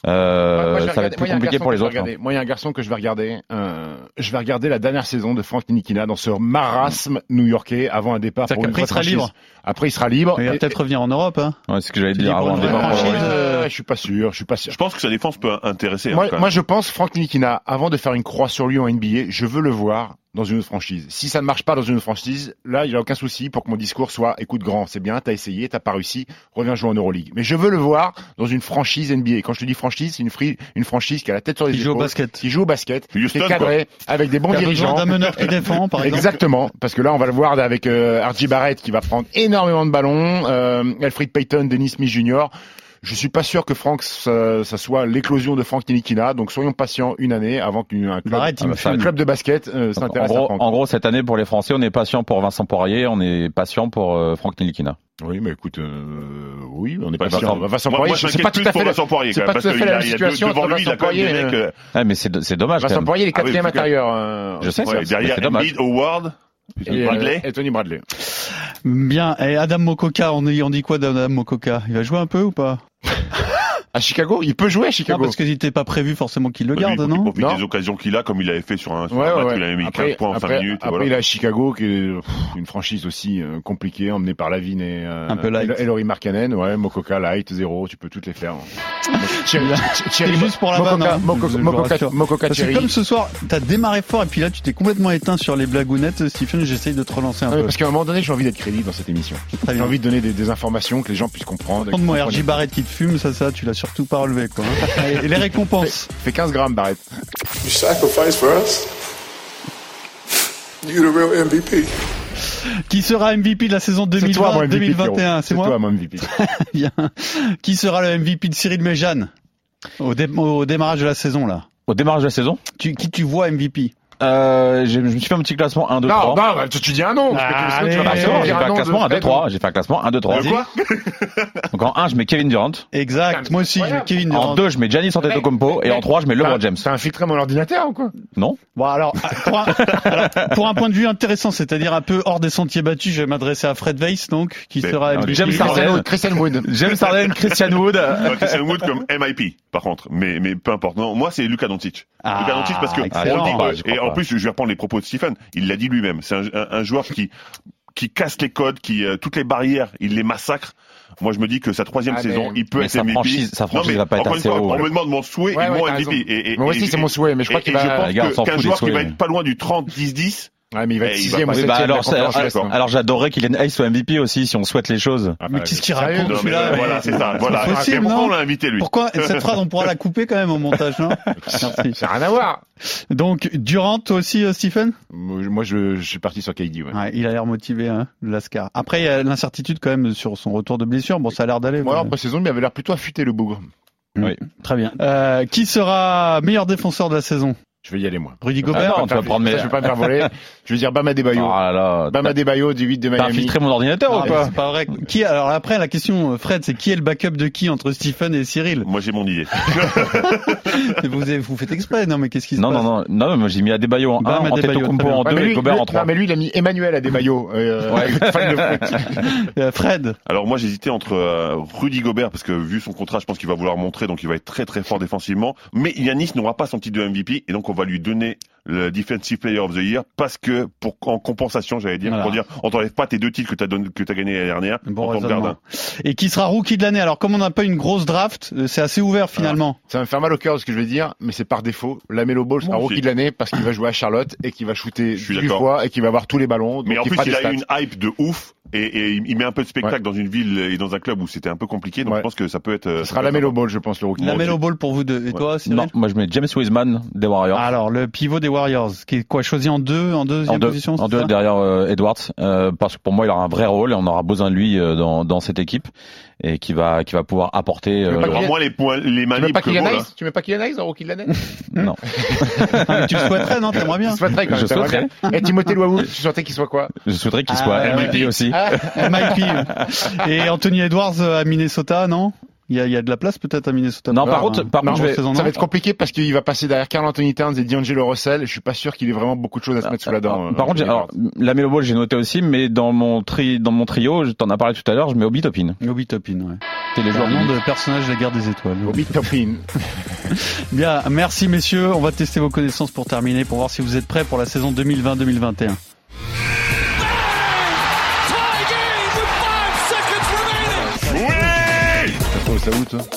[SPEAKER 7] Moi,
[SPEAKER 6] Euh,
[SPEAKER 7] moi, je vais
[SPEAKER 6] ça va
[SPEAKER 7] regarder-
[SPEAKER 6] être
[SPEAKER 7] moi, il y a un
[SPEAKER 6] plus compliqué
[SPEAKER 7] garçon
[SPEAKER 6] pour
[SPEAKER 7] que
[SPEAKER 6] les
[SPEAKER 7] je vais
[SPEAKER 6] autres. hein.
[SPEAKER 7] regarder. Moi, il y a un garçon que je vais regarder. euh, je vais regarder la dernière saison de Frank Ninikina dans ce marasme new-yorkais avant un départ
[SPEAKER 5] C'est-à-dire
[SPEAKER 7] pour une
[SPEAKER 5] qu'après, il sera
[SPEAKER 7] franchise.
[SPEAKER 5] libre.
[SPEAKER 7] Après, il sera libre.
[SPEAKER 2] Oh,
[SPEAKER 5] Mais il va
[SPEAKER 7] Et-
[SPEAKER 5] peut-être revenir en Europe. Hein.
[SPEAKER 6] hein. Ouais, c'est ce que j'allais
[SPEAKER 5] Tu dis
[SPEAKER 6] dire
[SPEAKER 5] pour
[SPEAKER 6] avant
[SPEAKER 5] une
[SPEAKER 6] le
[SPEAKER 5] vraie
[SPEAKER 6] départ.
[SPEAKER 7] Ouais,
[SPEAKER 5] franchise, euh,
[SPEAKER 7] Je suis pas sûr. Je suis pas sûr.
[SPEAKER 2] Je pense que sa défense peut intéresser. hein,
[SPEAKER 7] Moi,
[SPEAKER 2] quand même.
[SPEAKER 7] moi, je pense, Franck Nikina, avant de faire une croix sur lui en NBA, je veux le voir dans une autre franchise. Si ça ne marche pas dans une autre franchise, là, il n'y a aucun souci pour que mon discours soit écoute grand, c'est bien, t'as essayé, t'as pas réussi, reviens jouer en Euroleague. Mais je veux le voir dans une franchise NBA. Quand je te dis franchise, c'est une, fri- une franchise qui a la tête sur les
[SPEAKER 5] Qui joue au
[SPEAKER 7] épaules,
[SPEAKER 5] basket.
[SPEAKER 7] qui joue au basket, qui
[SPEAKER 2] Houston,
[SPEAKER 7] est cadrée, avec des bons
[SPEAKER 5] T'as besoin
[SPEAKER 7] dirigeants.
[SPEAKER 5] d'un meneur qui défend par exemple.
[SPEAKER 7] Exactement, parce que là on va le voir avec euh, RJ Barrett qui va prendre énormément de ballons, euh, Alfred Payton, Dennis Smith Jr. Je suis pas sûr que Frank ça, ça soit l'éclosion de Frank Nilikina, donc soyons patients une année avant qu'un club,
[SPEAKER 5] Barrett, il me
[SPEAKER 7] un
[SPEAKER 5] fume.
[SPEAKER 7] club de basket euh,
[SPEAKER 6] En
[SPEAKER 7] s'intéresse à
[SPEAKER 6] gros,
[SPEAKER 7] Frank.
[SPEAKER 6] en gros, cette année pour les Français, on est patient pour Vincent Poirier, on est patient pour euh, Franck Nilikina.
[SPEAKER 7] Oui, mais écoute, euh, oui, on est pas
[SPEAKER 2] Vincent-
[SPEAKER 7] sûr. Vincent
[SPEAKER 2] Moi,
[SPEAKER 7] Poirier,
[SPEAKER 2] moi,
[SPEAKER 7] je-
[SPEAKER 2] je
[SPEAKER 7] c'est
[SPEAKER 2] m'inquiète
[SPEAKER 7] pas tout
[SPEAKER 2] plus
[SPEAKER 7] à
[SPEAKER 2] pour
[SPEAKER 7] fait la-
[SPEAKER 2] Vincent Poirier.
[SPEAKER 7] c'est
[SPEAKER 2] quand
[SPEAKER 7] pas
[SPEAKER 2] même, parce
[SPEAKER 7] tout à fait
[SPEAKER 2] qu'il a-
[SPEAKER 7] la
[SPEAKER 2] il a deux-
[SPEAKER 7] situation
[SPEAKER 2] devant
[SPEAKER 7] entre
[SPEAKER 2] lui, il a
[SPEAKER 7] Vincent
[SPEAKER 2] quand même des
[SPEAKER 7] Poirier,
[SPEAKER 2] mecs.
[SPEAKER 7] euh,
[SPEAKER 2] euh,
[SPEAKER 6] Ouais, Eh, mais c'est do- c'est dommage. quand
[SPEAKER 7] Vincent
[SPEAKER 6] même.
[SPEAKER 7] Poirier, il est
[SPEAKER 2] Ah oui,
[SPEAKER 7] quatrième
[SPEAKER 2] parce que-
[SPEAKER 7] intérieur. euh,
[SPEAKER 6] Je sais,
[SPEAKER 2] ouais,
[SPEAKER 6] ça, c'est-
[SPEAKER 2] derrière
[SPEAKER 6] c'est dommage.
[SPEAKER 2] Embiid, Howard,
[SPEAKER 7] et, euh,
[SPEAKER 2] Bradley.
[SPEAKER 7] et Tony Bradley.
[SPEAKER 5] Bien. Et Adam Mokoka, on, y- on dit quoi d'Adam Mokoka Il va jouer un peu ou pas
[SPEAKER 7] À Chicago, il peut jouer à
[SPEAKER 5] Non,
[SPEAKER 7] Chicago.
[SPEAKER 5] parce que n'était pas prévu forcément qu'il le
[SPEAKER 2] Bah, lui,
[SPEAKER 5] garde,
[SPEAKER 2] il faut qu'il
[SPEAKER 5] non
[SPEAKER 2] profite
[SPEAKER 7] Non.
[SPEAKER 2] des occasions qu'il a, comme il avait fait sur un, sur
[SPEAKER 7] Ouais,
[SPEAKER 2] un
[SPEAKER 7] ouais,
[SPEAKER 2] match,
[SPEAKER 7] ouais.
[SPEAKER 2] il avait mis
[SPEAKER 7] Après-
[SPEAKER 2] 15 points en 5
[SPEAKER 7] après-
[SPEAKER 2] minutes. et
[SPEAKER 7] Après,
[SPEAKER 2] voilà.
[SPEAKER 7] il a Chicago, qui est pff, une franchise aussi euh, compliquée, emmenée par Lavine et, euh,
[SPEAKER 5] Un peu light.
[SPEAKER 7] et Laurie Markkanen. Ouais, Mokoka, Light, zéro, tu peux toutes les faire. hein. Thierry-
[SPEAKER 5] Là,
[SPEAKER 7] Thierry-
[SPEAKER 5] c'est juste pour la
[SPEAKER 7] Mokoka-
[SPEAKER 5] vanne, hein.
[SPEAKER 7] Mokoka-
[SPEAKER 5] Je- je vous
[SPEAKER 7] Mokoka-
[SPEAKER 5] rassure.
[SPEAKER 7] Mokoka
[SPEAKER 5] Parce que
[SPEAKER 7] Thierry.
[SPEAKER 5] comme ce soir, t'as démarré fort et puis là tu t'es complètement éteint sur les blagounettes, Stephen, j'essaye de te relancer un
[SPEAKER 7] Non, mais
[SPEAKER 5] peu.
[SPEAKER 7] Euh, parce qu'à un moment donné, j'ai envie d'être crédible dans cette émission.
[SPEAKER 5] Très
[SPEAKER 7] J'ai
[SPEAKER 5] bien.
[SPEAKER 7] envie de donner des, des informations que les gens puissent comprendre.
[SPEAKER 5] Prendre
[SPEAKER 7] Qu'ils
[SPEAKER 5] mon RJ
[SPEAKER 7] comprennent.
[SPEAKER 5] Barrett qui te fume, ça, ça, tu l'as surtout pas relevé, quoi. hein. Et les récompenses.
[SPEAKER 7] Fait 15 grammes, Barrett.
[SPEAKER 9] You sacrifice for us. You the real MVP.
[SPEAKER 5] Qui sera MVP de la saison
[SPEAKER 7] C'est toi, mon MVP. Pierrot.
[SPEAKER 5] 2020-2021 C'est moi
[SPEAKER 7] toi, mon MVP.
[SPEAKER 5] Bien. Qui sera le MVP de Cyril Méjeanne au, dé- au démarrage de la saison, là
[SPEAKER 6] Au démarrage de la saison,
[SPEAKER 5] tu, Qui tu vois MVP
[SPEAKER 6] euh, j'ai- je me suis fait un petit classement 1 2
[SPEAKER 7] Non,
[SPEAKER 6] 3.
[SPEAKER 7] non, bah, tu, tu dis un nom. parce que tu- parce que tu vas
[SPEAKER 5] Allez.
[SPEAKER 6] j'ai fait
[SPEAKER 7] forcément dire un
[SPEAKER 6] un
[SPEAKER 7] nom de
[SPEAKER 6] classement 1 2
[SPEAKER 7] Fred.
[SPEAKER 6] 3, j'ai fait un classement 1 2 3.
[SPEAKER 7] De quoi
[SPEAKER 6] Donc en 1, je mets Kevin Durant,
[SPEAKER 5] Exact. Moi aussi, je mets Kevin
[SPEAKER 6] en
[SPEAKER 5] Durant.
[SPEAKER 6] 2, je mets Giannis Antetokounmpo et en 3, je mets LeBron
[SPEAKER 7] T'as-
[SPEAKER 6] James.
[SPEAKER 7] T'as infiltré mon ordinateur ou quoi
[SPEAKER 6] Non
[SPEAKER 5] Bon alors pour, un, alors, pour un point de vue intéressant, c'est-à-dire un peu hors des sentiers battus, je vais m'adresser à Fred Weiss donc, qui
[SPEAKER 2] Mais-
[SPEAKER 5] sera
[SPEAKER 6] non,
[SPEAKER 5] MVP.
[SPEAKER 6] James Harden.
[SPEAKER 7] Christian Wood, Christian Wood.
[SPEAKER 6] James Harden, Christian Wood.
[SPEAKER 2] Enfin, Christian Wood comme MIP, par contre. Mais, mais peu importe. Non, moi, c'est Lucas Doncic.
[SPEAKER 5] Ah,
[SPEAKER 2] Lucas Doncic, parce que,
[SPEAKER 5] excellent.
[SPEAKER 2] on dit
[SPEAKER 6] Ah,
[SPEAKER 2] que-
[SPEAKER 6] j'y crois
[SPEAKER 2] et en
[SPEAKER 6] pas.
[SPEAKER 2] plus, je vais reprendre les propos de Stephen. Il l'a dit lui-même. C'est un, un- un joueur qui, qui casse les codes, qui, euh, toutes les barrières, il les massacre. Moi, je me dis que sa troisième
[SPEAKER 7] Ah, mais-
[SPEAKER 2] saison, il peut
[SPEAKER 6] mais
[SPEAKER 2] être
[SPEAKER 6] sa
[SPEAKER 2] MVP.
[SPEAKER 6] franchise- sa franchise
[SPEAKER 2] Non, mais
[SPEAKER 6] va pas être
[SPEAKER 2] encore une
[SPEAKER 6] assez
[SPEAKER 2] fois,
[SPEAKER 6] haut,
[SPEAKER 2] On
[SPEAKER 6] ouais.
[SPEAKER 2] me demande mon souhait
[SPEAKER 7] Ouais,
[SPEAKER 2] et
[SPEAKER 7] ouais,
[SPEAKER 2] mon
[SPEAKER 7] t'as
[SPEAKER 2] MVP.
[SPEAKER 7] raison.
[SPEAKER 2] Et, et-
[SPEAKER 7] Moi
[SPEAKER 2] et-
[SPEAKER 7] aussi, c'est mon souhait, mais je crois
[SPEAKER 2] et-
[SPEAKER 7] qu'il
[SPEAKER 2] et
[SPEAKER 7] va.
[SPEAKER 2] pense
[SPEAKER 6] Les gars, on s'en
[SPEAKER 2] que- qu'un
[SPEAKER 6] fout des
[SPEAKER 2] joueur qui
[SPEAKER 6] souhaits,
[SPEAKER 2] va
[SPEAKER 6] mais-
[SPEAKER 2] être pas loin du 30-10-10,
[SPEAKER 7] Ouais, Ah, mais il va être
[SPEAKER 2] Eh, il va
[SPEAKER 7] sixième
[SPEAKER 2] pas-
[SPEAKER 7] ou
[SPEAKER 6] Oui,
[SPEAKER 7] septième.
[SPEAKER 6] bah
[SPEAKER 7] de la
[SPEAKER 6] alors, ça-
[SPEAKER 7] conférence
[SPEAKER 6] alors,
[SPEAKER 7] Ouest, hein.
[SPEAKER 6] alors j'adorerais qu'il ait soit MVP aussi, si on souhaite les choses.
[SPEAKER 7] Ah,
[SPEAKER 5] Mais
[SPEAKER 7] bah,
[SPEAKER 5] qu'est-ce
[SPEAKER 7] c'est
[SPEAKER 5] qu'il
[SPEAKER 7] sérieux,
[SPEAKER 5] raconte
[SPEAKER 2] Non, mais
[SPEAKER 5] celui-là
[SPEAKER 2] euh, voilà, c'est ça. Voilà.
[SPEAKER 5] C'est possible,
[SPEAKER 2] Mais pourquoi
[SPEAKER 5] non
[SPEAKER 2] on l'a invité, lui
[SPEAKER 5] Pourquoi cette phrase on pourra la couper quand même au montage, non Merci.
[SPEAKER 7] Ça n'a rien à voir.
[SPEAKER 5] Donc Durant toi aussi euh, Stephen
[SPEAKER 7] Moi, je- moi, je, je suis parti sur KD. Ouais.
[SPEAKER 5] Ouais, il a l'air motivé hein, le Lascar. Après il y a l'incertitude quand même sur son retour de blessure. Bon, ça a l'air d'aller.
[SPEAKER 7] Moi,
[SPEAKER 5] mais-
[SPEAKER 7] alors, après saison, il avait l'air plutôt affûté, le bougre.
[SPEAKER 5] Très bien. Euh, qui sera meilleur défenseur de la saison
[SPEAKER 7] Je vais y aller, moi.
[SPEAKER 5] Rudy
[SPEAKER 7] Ça, je vais
[SPEAKER 5] Gobert.
[SPEAKER 7] pas
[SPEAKER 6] non,
[SPEAKER 7] me
[SPEAKER 6] tu vas
[SPEAKER 7] faire-
[SPEAKER 6] prendre mes-
[SPEAKER 7] ça, Je vais pas me faire voler. Je vais dire Bama
[SPEAKER 5] Bah,
[SPEAKER 7] Debayo.
[SPEAKER 6] Ah là là.
[SPEAKER 7] Bama Debayo du 8 de
[SPEAKER 6] T'as
[SPEAKER 7] Miami.
[SPEAKER 6] infiltré mon ordinateur
[SPEAKER 5] Non,
[SPEAKER 6] ou
[SPEAKER 5] mais
[SPEAKER 6] pas
[SPEAKER 5] c'est pas vrai. Qui alors après la question euh, Fred, c'est qui est le backup de qui entre Stephen et Cyril
[SPEAKER 2] Moi, j'ai mon idée.
[SPEAKER 5] Vous avez- vous faites exprès Non mais qu'est-ce qui se
[SPEAKER 6] Non,
[SPEAKER 5] passe
[SPEAKER 6] non, non, non, non, moi j'ai mis Adebayo en
[SPEAKER 5] Bam
[SPEAKER 6] 1, Antetokounmpo
[SPEAKER 5] Adebayo,
[SPEAKER 6] en
[SPEAKER 7] Ouais,
[SPEAKER 6] 2
[SPEAKER 7] mais
[SPEAKER 6] et
[SPEAKER 7] lui,
[SPEAKER 6] Gobert
[SPEAKER 7] lui-
[SPEAKER 6] en 3.
[SPEAKER 7] non, mais lui, il a mis Emmanuel à Debayo. Euh, fan de foot.
[SPEAKER 5] Euh, Fred,
[SPEAKER 2] Alors moi j'hésitais entre euh, Rudy Gobert parce que vu son contrat je pense qu'il va vouloir montrer donc il va être très très fort défensivement mais Yanis n'aura pas son titre de MVP et donc on va lui donner le Defensive Player of the Year parce que pour en compensation j'allais dire
[SPEAKER 5] Voilà.
[SPEAKER 2] pour dire on t'enlève pas tes deux titres que t'as donné que t'as gagné l'année dernière
[SPEAKER 5] bon
[SPEAKER 2] en tant que
[SPEAKER 5] raisonnement.
[SPEAKER 2] gardien.
[SPEAKER 5] Et qui sera rookie de l'année Alors comme on n'a pas une grosse draft, euh, c'est assez ouvert finalement.
[SPEAKER 7] Ça va me faire mal au cœur ce que je vais dire, mais c'est par défaut. Lamelo Ball sera
[SPEAKER 2] Moi aussi.
[SPEAKER 7] rookie de l'année parce qu'il va jouer à Charlotte et qu'il va shooter
[SPEAKER 2] Je suis
[SPEAKER 7] du
[SPEAKER 2] d'accord.
[SPEAKER 7] fois et qu'il va avoir tous les ballons. donc
[SPEAKER 2] Mais en
[SPEAKER 7] il
[SPEAKER 2] plus
[SPEAKER 7] fera
[SPEAKER 2] il
[SPEAKER 7] des
[SPEAKER 2] a
[SPEAKER 7] stats.
[SPEAKER 2] eu une hype de ouf et, et il il met un peu de spectacle
[SPEAKER 7] Ouais.
[SPEAKER 2] dans une ville et dans un club où c'était un peu compliqué donc
[SPEAKER 7] Ouais.
[SPEAKER 2] je pense que ça peut être euh,
[SPEAKER 7] Ce sera
[SPEAKER 2] ça peut être
[SPEAKER 7] Lamelo Ball, je pense, le rookie.
[SPEAKER 5] La Melo Ball pour vous deux. Et
[SPEAKER 2] Ouais.
[SPEAKER 5] toi, Cyril
[SPEAKER 6] Non, moi je mets James Wiseman des Warriors.
[SPEAKER 5] Alors le pivot des Warriors, qui est quoi choisi en deux, en Ah, deuxième
[SPEAKER 6] en deux,
[SPEAKER 5] position
[SPEAKER 6] en
[SPEAKER 5] c'est
[SPEAKER 6] deux
[SPEAKER 5] ça
[SPEAKER 6] derrière euh, Edwards, euh, parce que pour moi il aura un vrai rôle et on aura besoin de lui euh, dans, dans cette équipe et qui va qui va pouvoir apporter.
[SPEAKER 7] veux
[SPEAKER 6] euh,
[SPEAKER 7] pas
[SPEAKER 2] sympa. Il aura moins les points les mains
[SPEAKER 7] Tu mets
[SPEAKER 2] libres
[SPEAKER 7] pas
[SPEAKER 2] que moi
[SPEAKER 7] Kylian
[SPEAKER 2] là.
[SPEAKER 7] Hayes Tu mets pas Kylian Hayes en rookie de l'année
[SPEAKER 5] Hmm
[SPEAKER 6] non,
[SPEAKER 5] Ah, mais Tu le souhaiterais, non T'aimerais bien.
[SPEAKER 7] Je souhaiterais quand
[SPEAKER 6] Je
[SPEAKER 7] même. t'aimerais
[SPEAKER 6] souhaiterais.
[SPEAKER 7] bien. Et Eh, Timothée Loiseau, tu souhaitais qu'il soit quoi
[SPEAKER 6] je souhaiterais qu'il
[SPEAKER 5] Ah,
[SPEAKER 6] soit
[SPEAKER 5] ouais,
[SPEAKER 6] MVP
[SPEAKER 5] ouais.
[SPEAKER 6] aussi.
[SPEAKER 5] MIP. ouais. Eh, Et Anthony Edwards euh, à Minnesota, non Il y a, il y a de la place peut-être à Minnesota.
[SPEAKER 6] Non,
[SPEAKER 5] pour
[SPEAKER 6] par
[SPEAKER 5] faire
[SPEAKER 6] contre-
[SPEAKER 5] un-
[SPEAKER 6] par
[SPEAKER 5] une
[SPEAKER 6] contre, je
[SPEAKER 5] grosse
[SPEAKER 6] vais-
[SPEAKER 5] saison,
[SPEAKER 7] Ça
[SPEAKER 5] non
[SPEAKER 7] va être compliqué parce qu'il va passer derrière Carl Anthony Towns et D'Angelo Russell. Je suis pas sûr qu'il ait vraiment beaucoup de choses à se mettre sous la dent. euh,
[SPEAKER 6] Alors, Ah, par contre, j'ai- alors, la Melo Ball j'ai noté aussi, mais dans mon tri dans mon trio, je t'en ai parlé tout à l'heure, je mets Obi Topin.
[SPEAKER 5] Obi Toppin, ouais.
[SPEAKER 6] C'est les joueurs
[SPEAKER 5] Un nom
[SPEAKER 6] limites.
[SPEAKER 5] de personnage de la guerre des étoiles.
[SPEAKER 7] Bobby Topin.
[SPEAKER 5] Bien, merci messieurs. On va tester vos connaissances pour terminer, pour voir si vous êtes prêts pour la saison 2020-2021.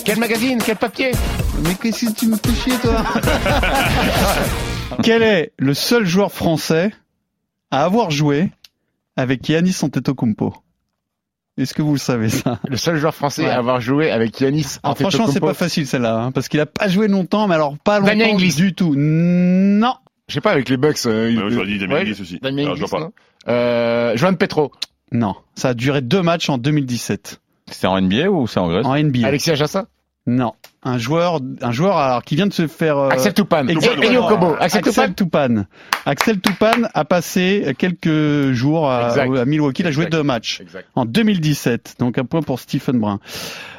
[SPEAKER 7] Quel magazine Quel papier
[SPEAKER 5] Mais qu'est-ce que tu me fais chier, toi Quel est le seul joueur français à avoir joué avec Yanis Antetokounmpo Est-ce que vous le savez ça
[SPEAKER 7] Le seul joueur français
[SPEAKER 5] Ouais.
[SPEAKER 7] à avoir joué avec Yanis.
[SPEAKER 5] Alors, Franchement, c'est pas facile celle-là, hein, parce qu'il a pas joué longtemps, mais alors pas longtemps
[SPEAKER 7] Damien Inglis.
[SPEAKER 5] du tout. Non.
[SPEAKER 7] Je sais pas avec les Bucks. Euh,
[SPEAKER 2] Ouais,
[SPEAKER 7] il-
[SPEAKER 2] j'aurais dit Damien
[SPEAKER 7] Ouais,
[SPEAKER 2] Inglis aussi.
[SPEAKER 7] Damien
[SPEAKER 2] Alors, je
[SPEAKER 7] Inglis,
[SPEAKER 2] vois pas.
[SPEAKER 7] non Euh, Joan Petro,
[SPEAKER 5] Non, ça a duré deux matchs en 2017
[SPEAKER 6] C'est en NBA ou c'est en Grèce
[SPEAKER 5] en NBA.
[SPEAKER 7] Alexis Ajassa,
[SPEAKER 5] Non, un joueur, un joueur alors qui vient de se faire. euh,
[SPEAKER 7] Axel Toupane, et,
[SPEAKER 5] Exactement.
[SPEAKER 7] et Yokobo. Axel Toupane.
[SPEAKER 5] Toupane. Axel Toupane a passé quelques jours à,
[SPEAKER 7] Exact.
[SPEAKER 5] à Milwaukee. Il a joué
[SPEAKER 7] Exact.
[SPEAKER 5] deux matchs
[SPEAKER 7] Exact.
[SPEAKER 5] en 2017. Donc un point pour Stephen Brun.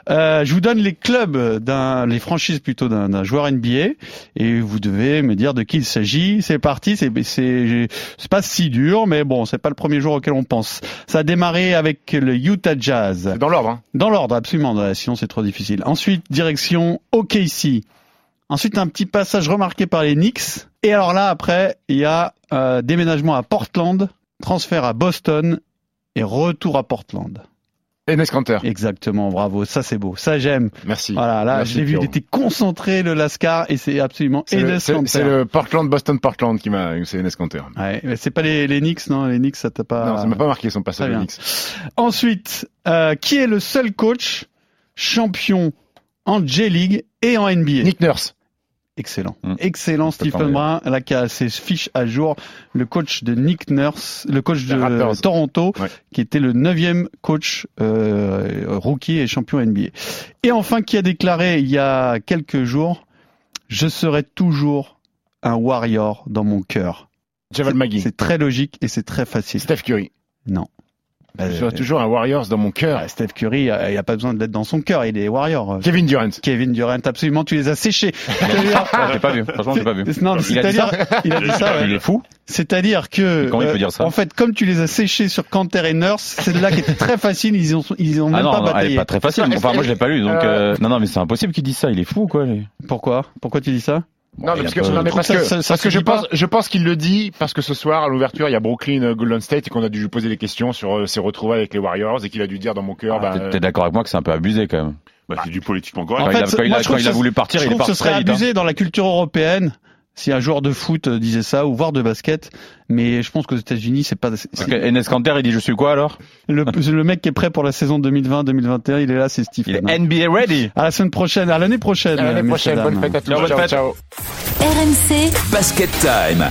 [SPEAKER 5] Euh, je vous donne les clubs d'un, les franchises plutôt d'un, d'un joueur NBA et vous devez me dire de qui il s'agit. C'est parti. C'est, c'est, c'est pas si dur, mais bon, c'est pas le premier jour auquel on pense. Ça a démarré avec le Utah Jazz.
[SPEAKER 7] C'est dans l'ordre. Hein.
[SPEAKER 5] Dans l'ordre, absolument. dans la- Sinon, c'est trop difficile. Ensuite, direction OKC. Ensuite, un petit passage remarqué par les Knicks. Et alors là, après, il y a euh, déménagement à Portland, transfert à Boston et retour à Portland.
[SPEAKER 7] Enes Kanter.
[SPEAKER 5] Exactement, bravo. Ça, c'est beau. Ça, j'aime.
[SPEAKER 7] Merci.
[SPEAKER 5] Voilà, là,
[SPEAKER 7] Merci,
[SPEAKER 5] je l'ai vu, il
[SPEAKER 7] Pierrot.
[SPEAKER 5] était concentré, le Lascar, et c'est absolument
[SPEAKER 7] C'est le,
[SPEAKER 5] Enes
[SPEAKER 7] c'est-
[SPEAKER 5] Kanter.
[SPEAKER 7] c'est le Portland, Boston, Portland qui m'a. C'est Enes Kanter.
[SPEAKER 5] Ouais, mais c'est pas les, les Knicks, non Les Knicks, ça t'a pas...
[SPEAKER 7] Non, ça m'a pas marqué son passage
[SPEAKER 5] Ah. Très
[SPEAKER 7] au
[SPEAKER 5] bien.
[SPEAKER 7] Knicks.
[SPEAKER 5] Ensuite, euh, qui est le seul coach champion en J-League et en NBA
[SPEAKER 7] Nick Nurse.
[SPEAKER 5] Excellent.
[SPEAKER 6] Mm.
[SPEAKER 5] Excellent
[SPEAKER 6] Attends,
[SPEAKER 5] Stephen
[SPEAKER 6] mais-
[SPEAKER 5] Brun, là qui a ses fiches à jour, le coach de Nick Nurse, le coach
[SPEAKER 7] Les
[SPEAKER 5] de
[SPEAKER 7] Raptors.
[SPEAKER 5] Toronto,
[SPEAKER 7] Ouais.
[SPEAKER 5] qui était le neuvième coach euh, rookie et champion NBA. Et enfin, qui a déclaré il y a quelques jours, je serai toujours un warrior dans mon cœur.
[SPEAKER 7] Javal
[SPEAKER 5] C'est-
[SPEAKER 7] Magui.
[SPEAKER 5] C'est très logique et c'est très facile.
[SPEAKER 7] Steph Curry. Je serai
[SPEAKER 5] Euh,
[SPEAKER 7] toujours un Warriors dans mon cœur.
[SPEAKER 5] euh, Steph Curry, euh, il a pas besoin de l'être dans son cœur, il est warrior.
[SPEAKER 7] Kevin Durant.
[SPEAKER 5] Kevin Durant, absolument, tu les as séchés.
[SPEAKER 6] Ah, J'ai pas vu. Franchement, j'ai pas vu.
[SPEAKER 5] Non,
[SPEAKER 6] Il a dit
[SPEAKER 5] c'est-à-dire, il a dit ça, ouais.
[SPEAKER 6] Il est fou.
[SPEAKER 5] C'est-à-dire que. euh,
[SPEAKER 6] Mais comment il peut dire ça
[SPEAKER 5] En fait, comme tu les as séchés sur Canter et Nurse, celle-là qui était très facile, ils ont, ils ont
[SPEAKER 6] Ah
[SPEAKER 5] même
[SPEAKER 6] non,
[SPEAKER 5] pas
[SPEAKER 6] non, elle est
[SPEAKER 5] bataillé.
[SPEAKER 6] pas très facile.
[SPEAKER 7] Est-ce
[SPEAKER 6] Enfin,
[SPEAKER 7] que-
[SPEAKER 6] moi, je l'ai pas lu. Donc,
[SPEAKER 7] Euh,
[SPEAKER 6] euh, non, non, mais c'est impossible qu'il dise ça. Il est fou, quoi. lui.
[SPEAKER 5] Pourquoi Pourquoi tu dis ça
[SPEAKER 7] Non, mais
[SPEAKER 6] il a
[SPEAKER 7] parce que,
[SPEAKER 6] pas-
[SPEAKER 7] non, mais
[SPEAKER 5] Je
[SPEAKER 7] parce
[SPEAKER 5] trouve
[SPEAKER 7] que,
[SPEAKER 5] ça- ça- ça
[SPEAKER 7] parce
[SPEAKER 5] se
[SPEAKER 7] que je
[SPEAKER 5] dit pas.
[SPEAKER 7] pense, je pense qu'il le dit parce que ce soir à l'ouverture il y a Brooklyn euh, Golden State et qu'on a dû lui poser des questions sur euh, ses retrouvailles avec les Warriors et qu'il a dû dire dans mon
[SPEAKER 5] Ah,
[SPEAKER 7] cœur. bah,
[SPEAKER 6] T'es-
[SPEAKER 7] euh,
[SPEAKER 6] T'es d'accord avec moi que c'est un peu abusé, quand même.
[SPEAKER 2] Bah, c'est du politiquement
[SPEAKER 5] En
[SPEAKER 2] correct.
[SPEAKER 6] Quand
[SPEAKER 5] fait,
[SPEAKER 6] il a- quand
[SPEAKER 5] moi,
[SPEAKER 6] il a-
[SPEAKER 5] je trouve
[SPEAKER 6] quand il a
[SPEAKER 5] que
[SPEAKER 6] voulu partir,
[SPEAKER 5] Je
[SPEAKER 6] il est
[SPEAKER 5] trouve que ce serait
[SPEAKER 6] parti très vite. hein.
[SPEAKER 5] abusé dans la culture européenne si un joueur de foot euh, disait ça ou voire de basket. Mais je pense qu'aux États-Unis, c'est pas. c'est-
[SPEAKER 6] Parce que Enes Kanter, il dit je suis quoi alors
[SPEAKER 5] Le, le mec qui est prêt pour la saison 2020-2021, il est là, c'est Steve.
[SPEAKER 6] Il est NBA ready.
[SPEAKER 5] À la semaine prochaine, à l'année prochaine.
[SPEAKER 7] à l'année
[SPEAKER 5] messieurs,
[SPEAKER 7] prochaine.
[SPEAKER 5] dames.
[SPEAKER 7] Bonne fête à tous.
[SPEAKER 6] Ciao, bonne
[SPEAKER 7] Ciao,
[SPEAKER 6] fête.
[SPEAKER 7] ciao.
[SPEAKER 4] RMC,
[SPEAKER 10] Basket Time.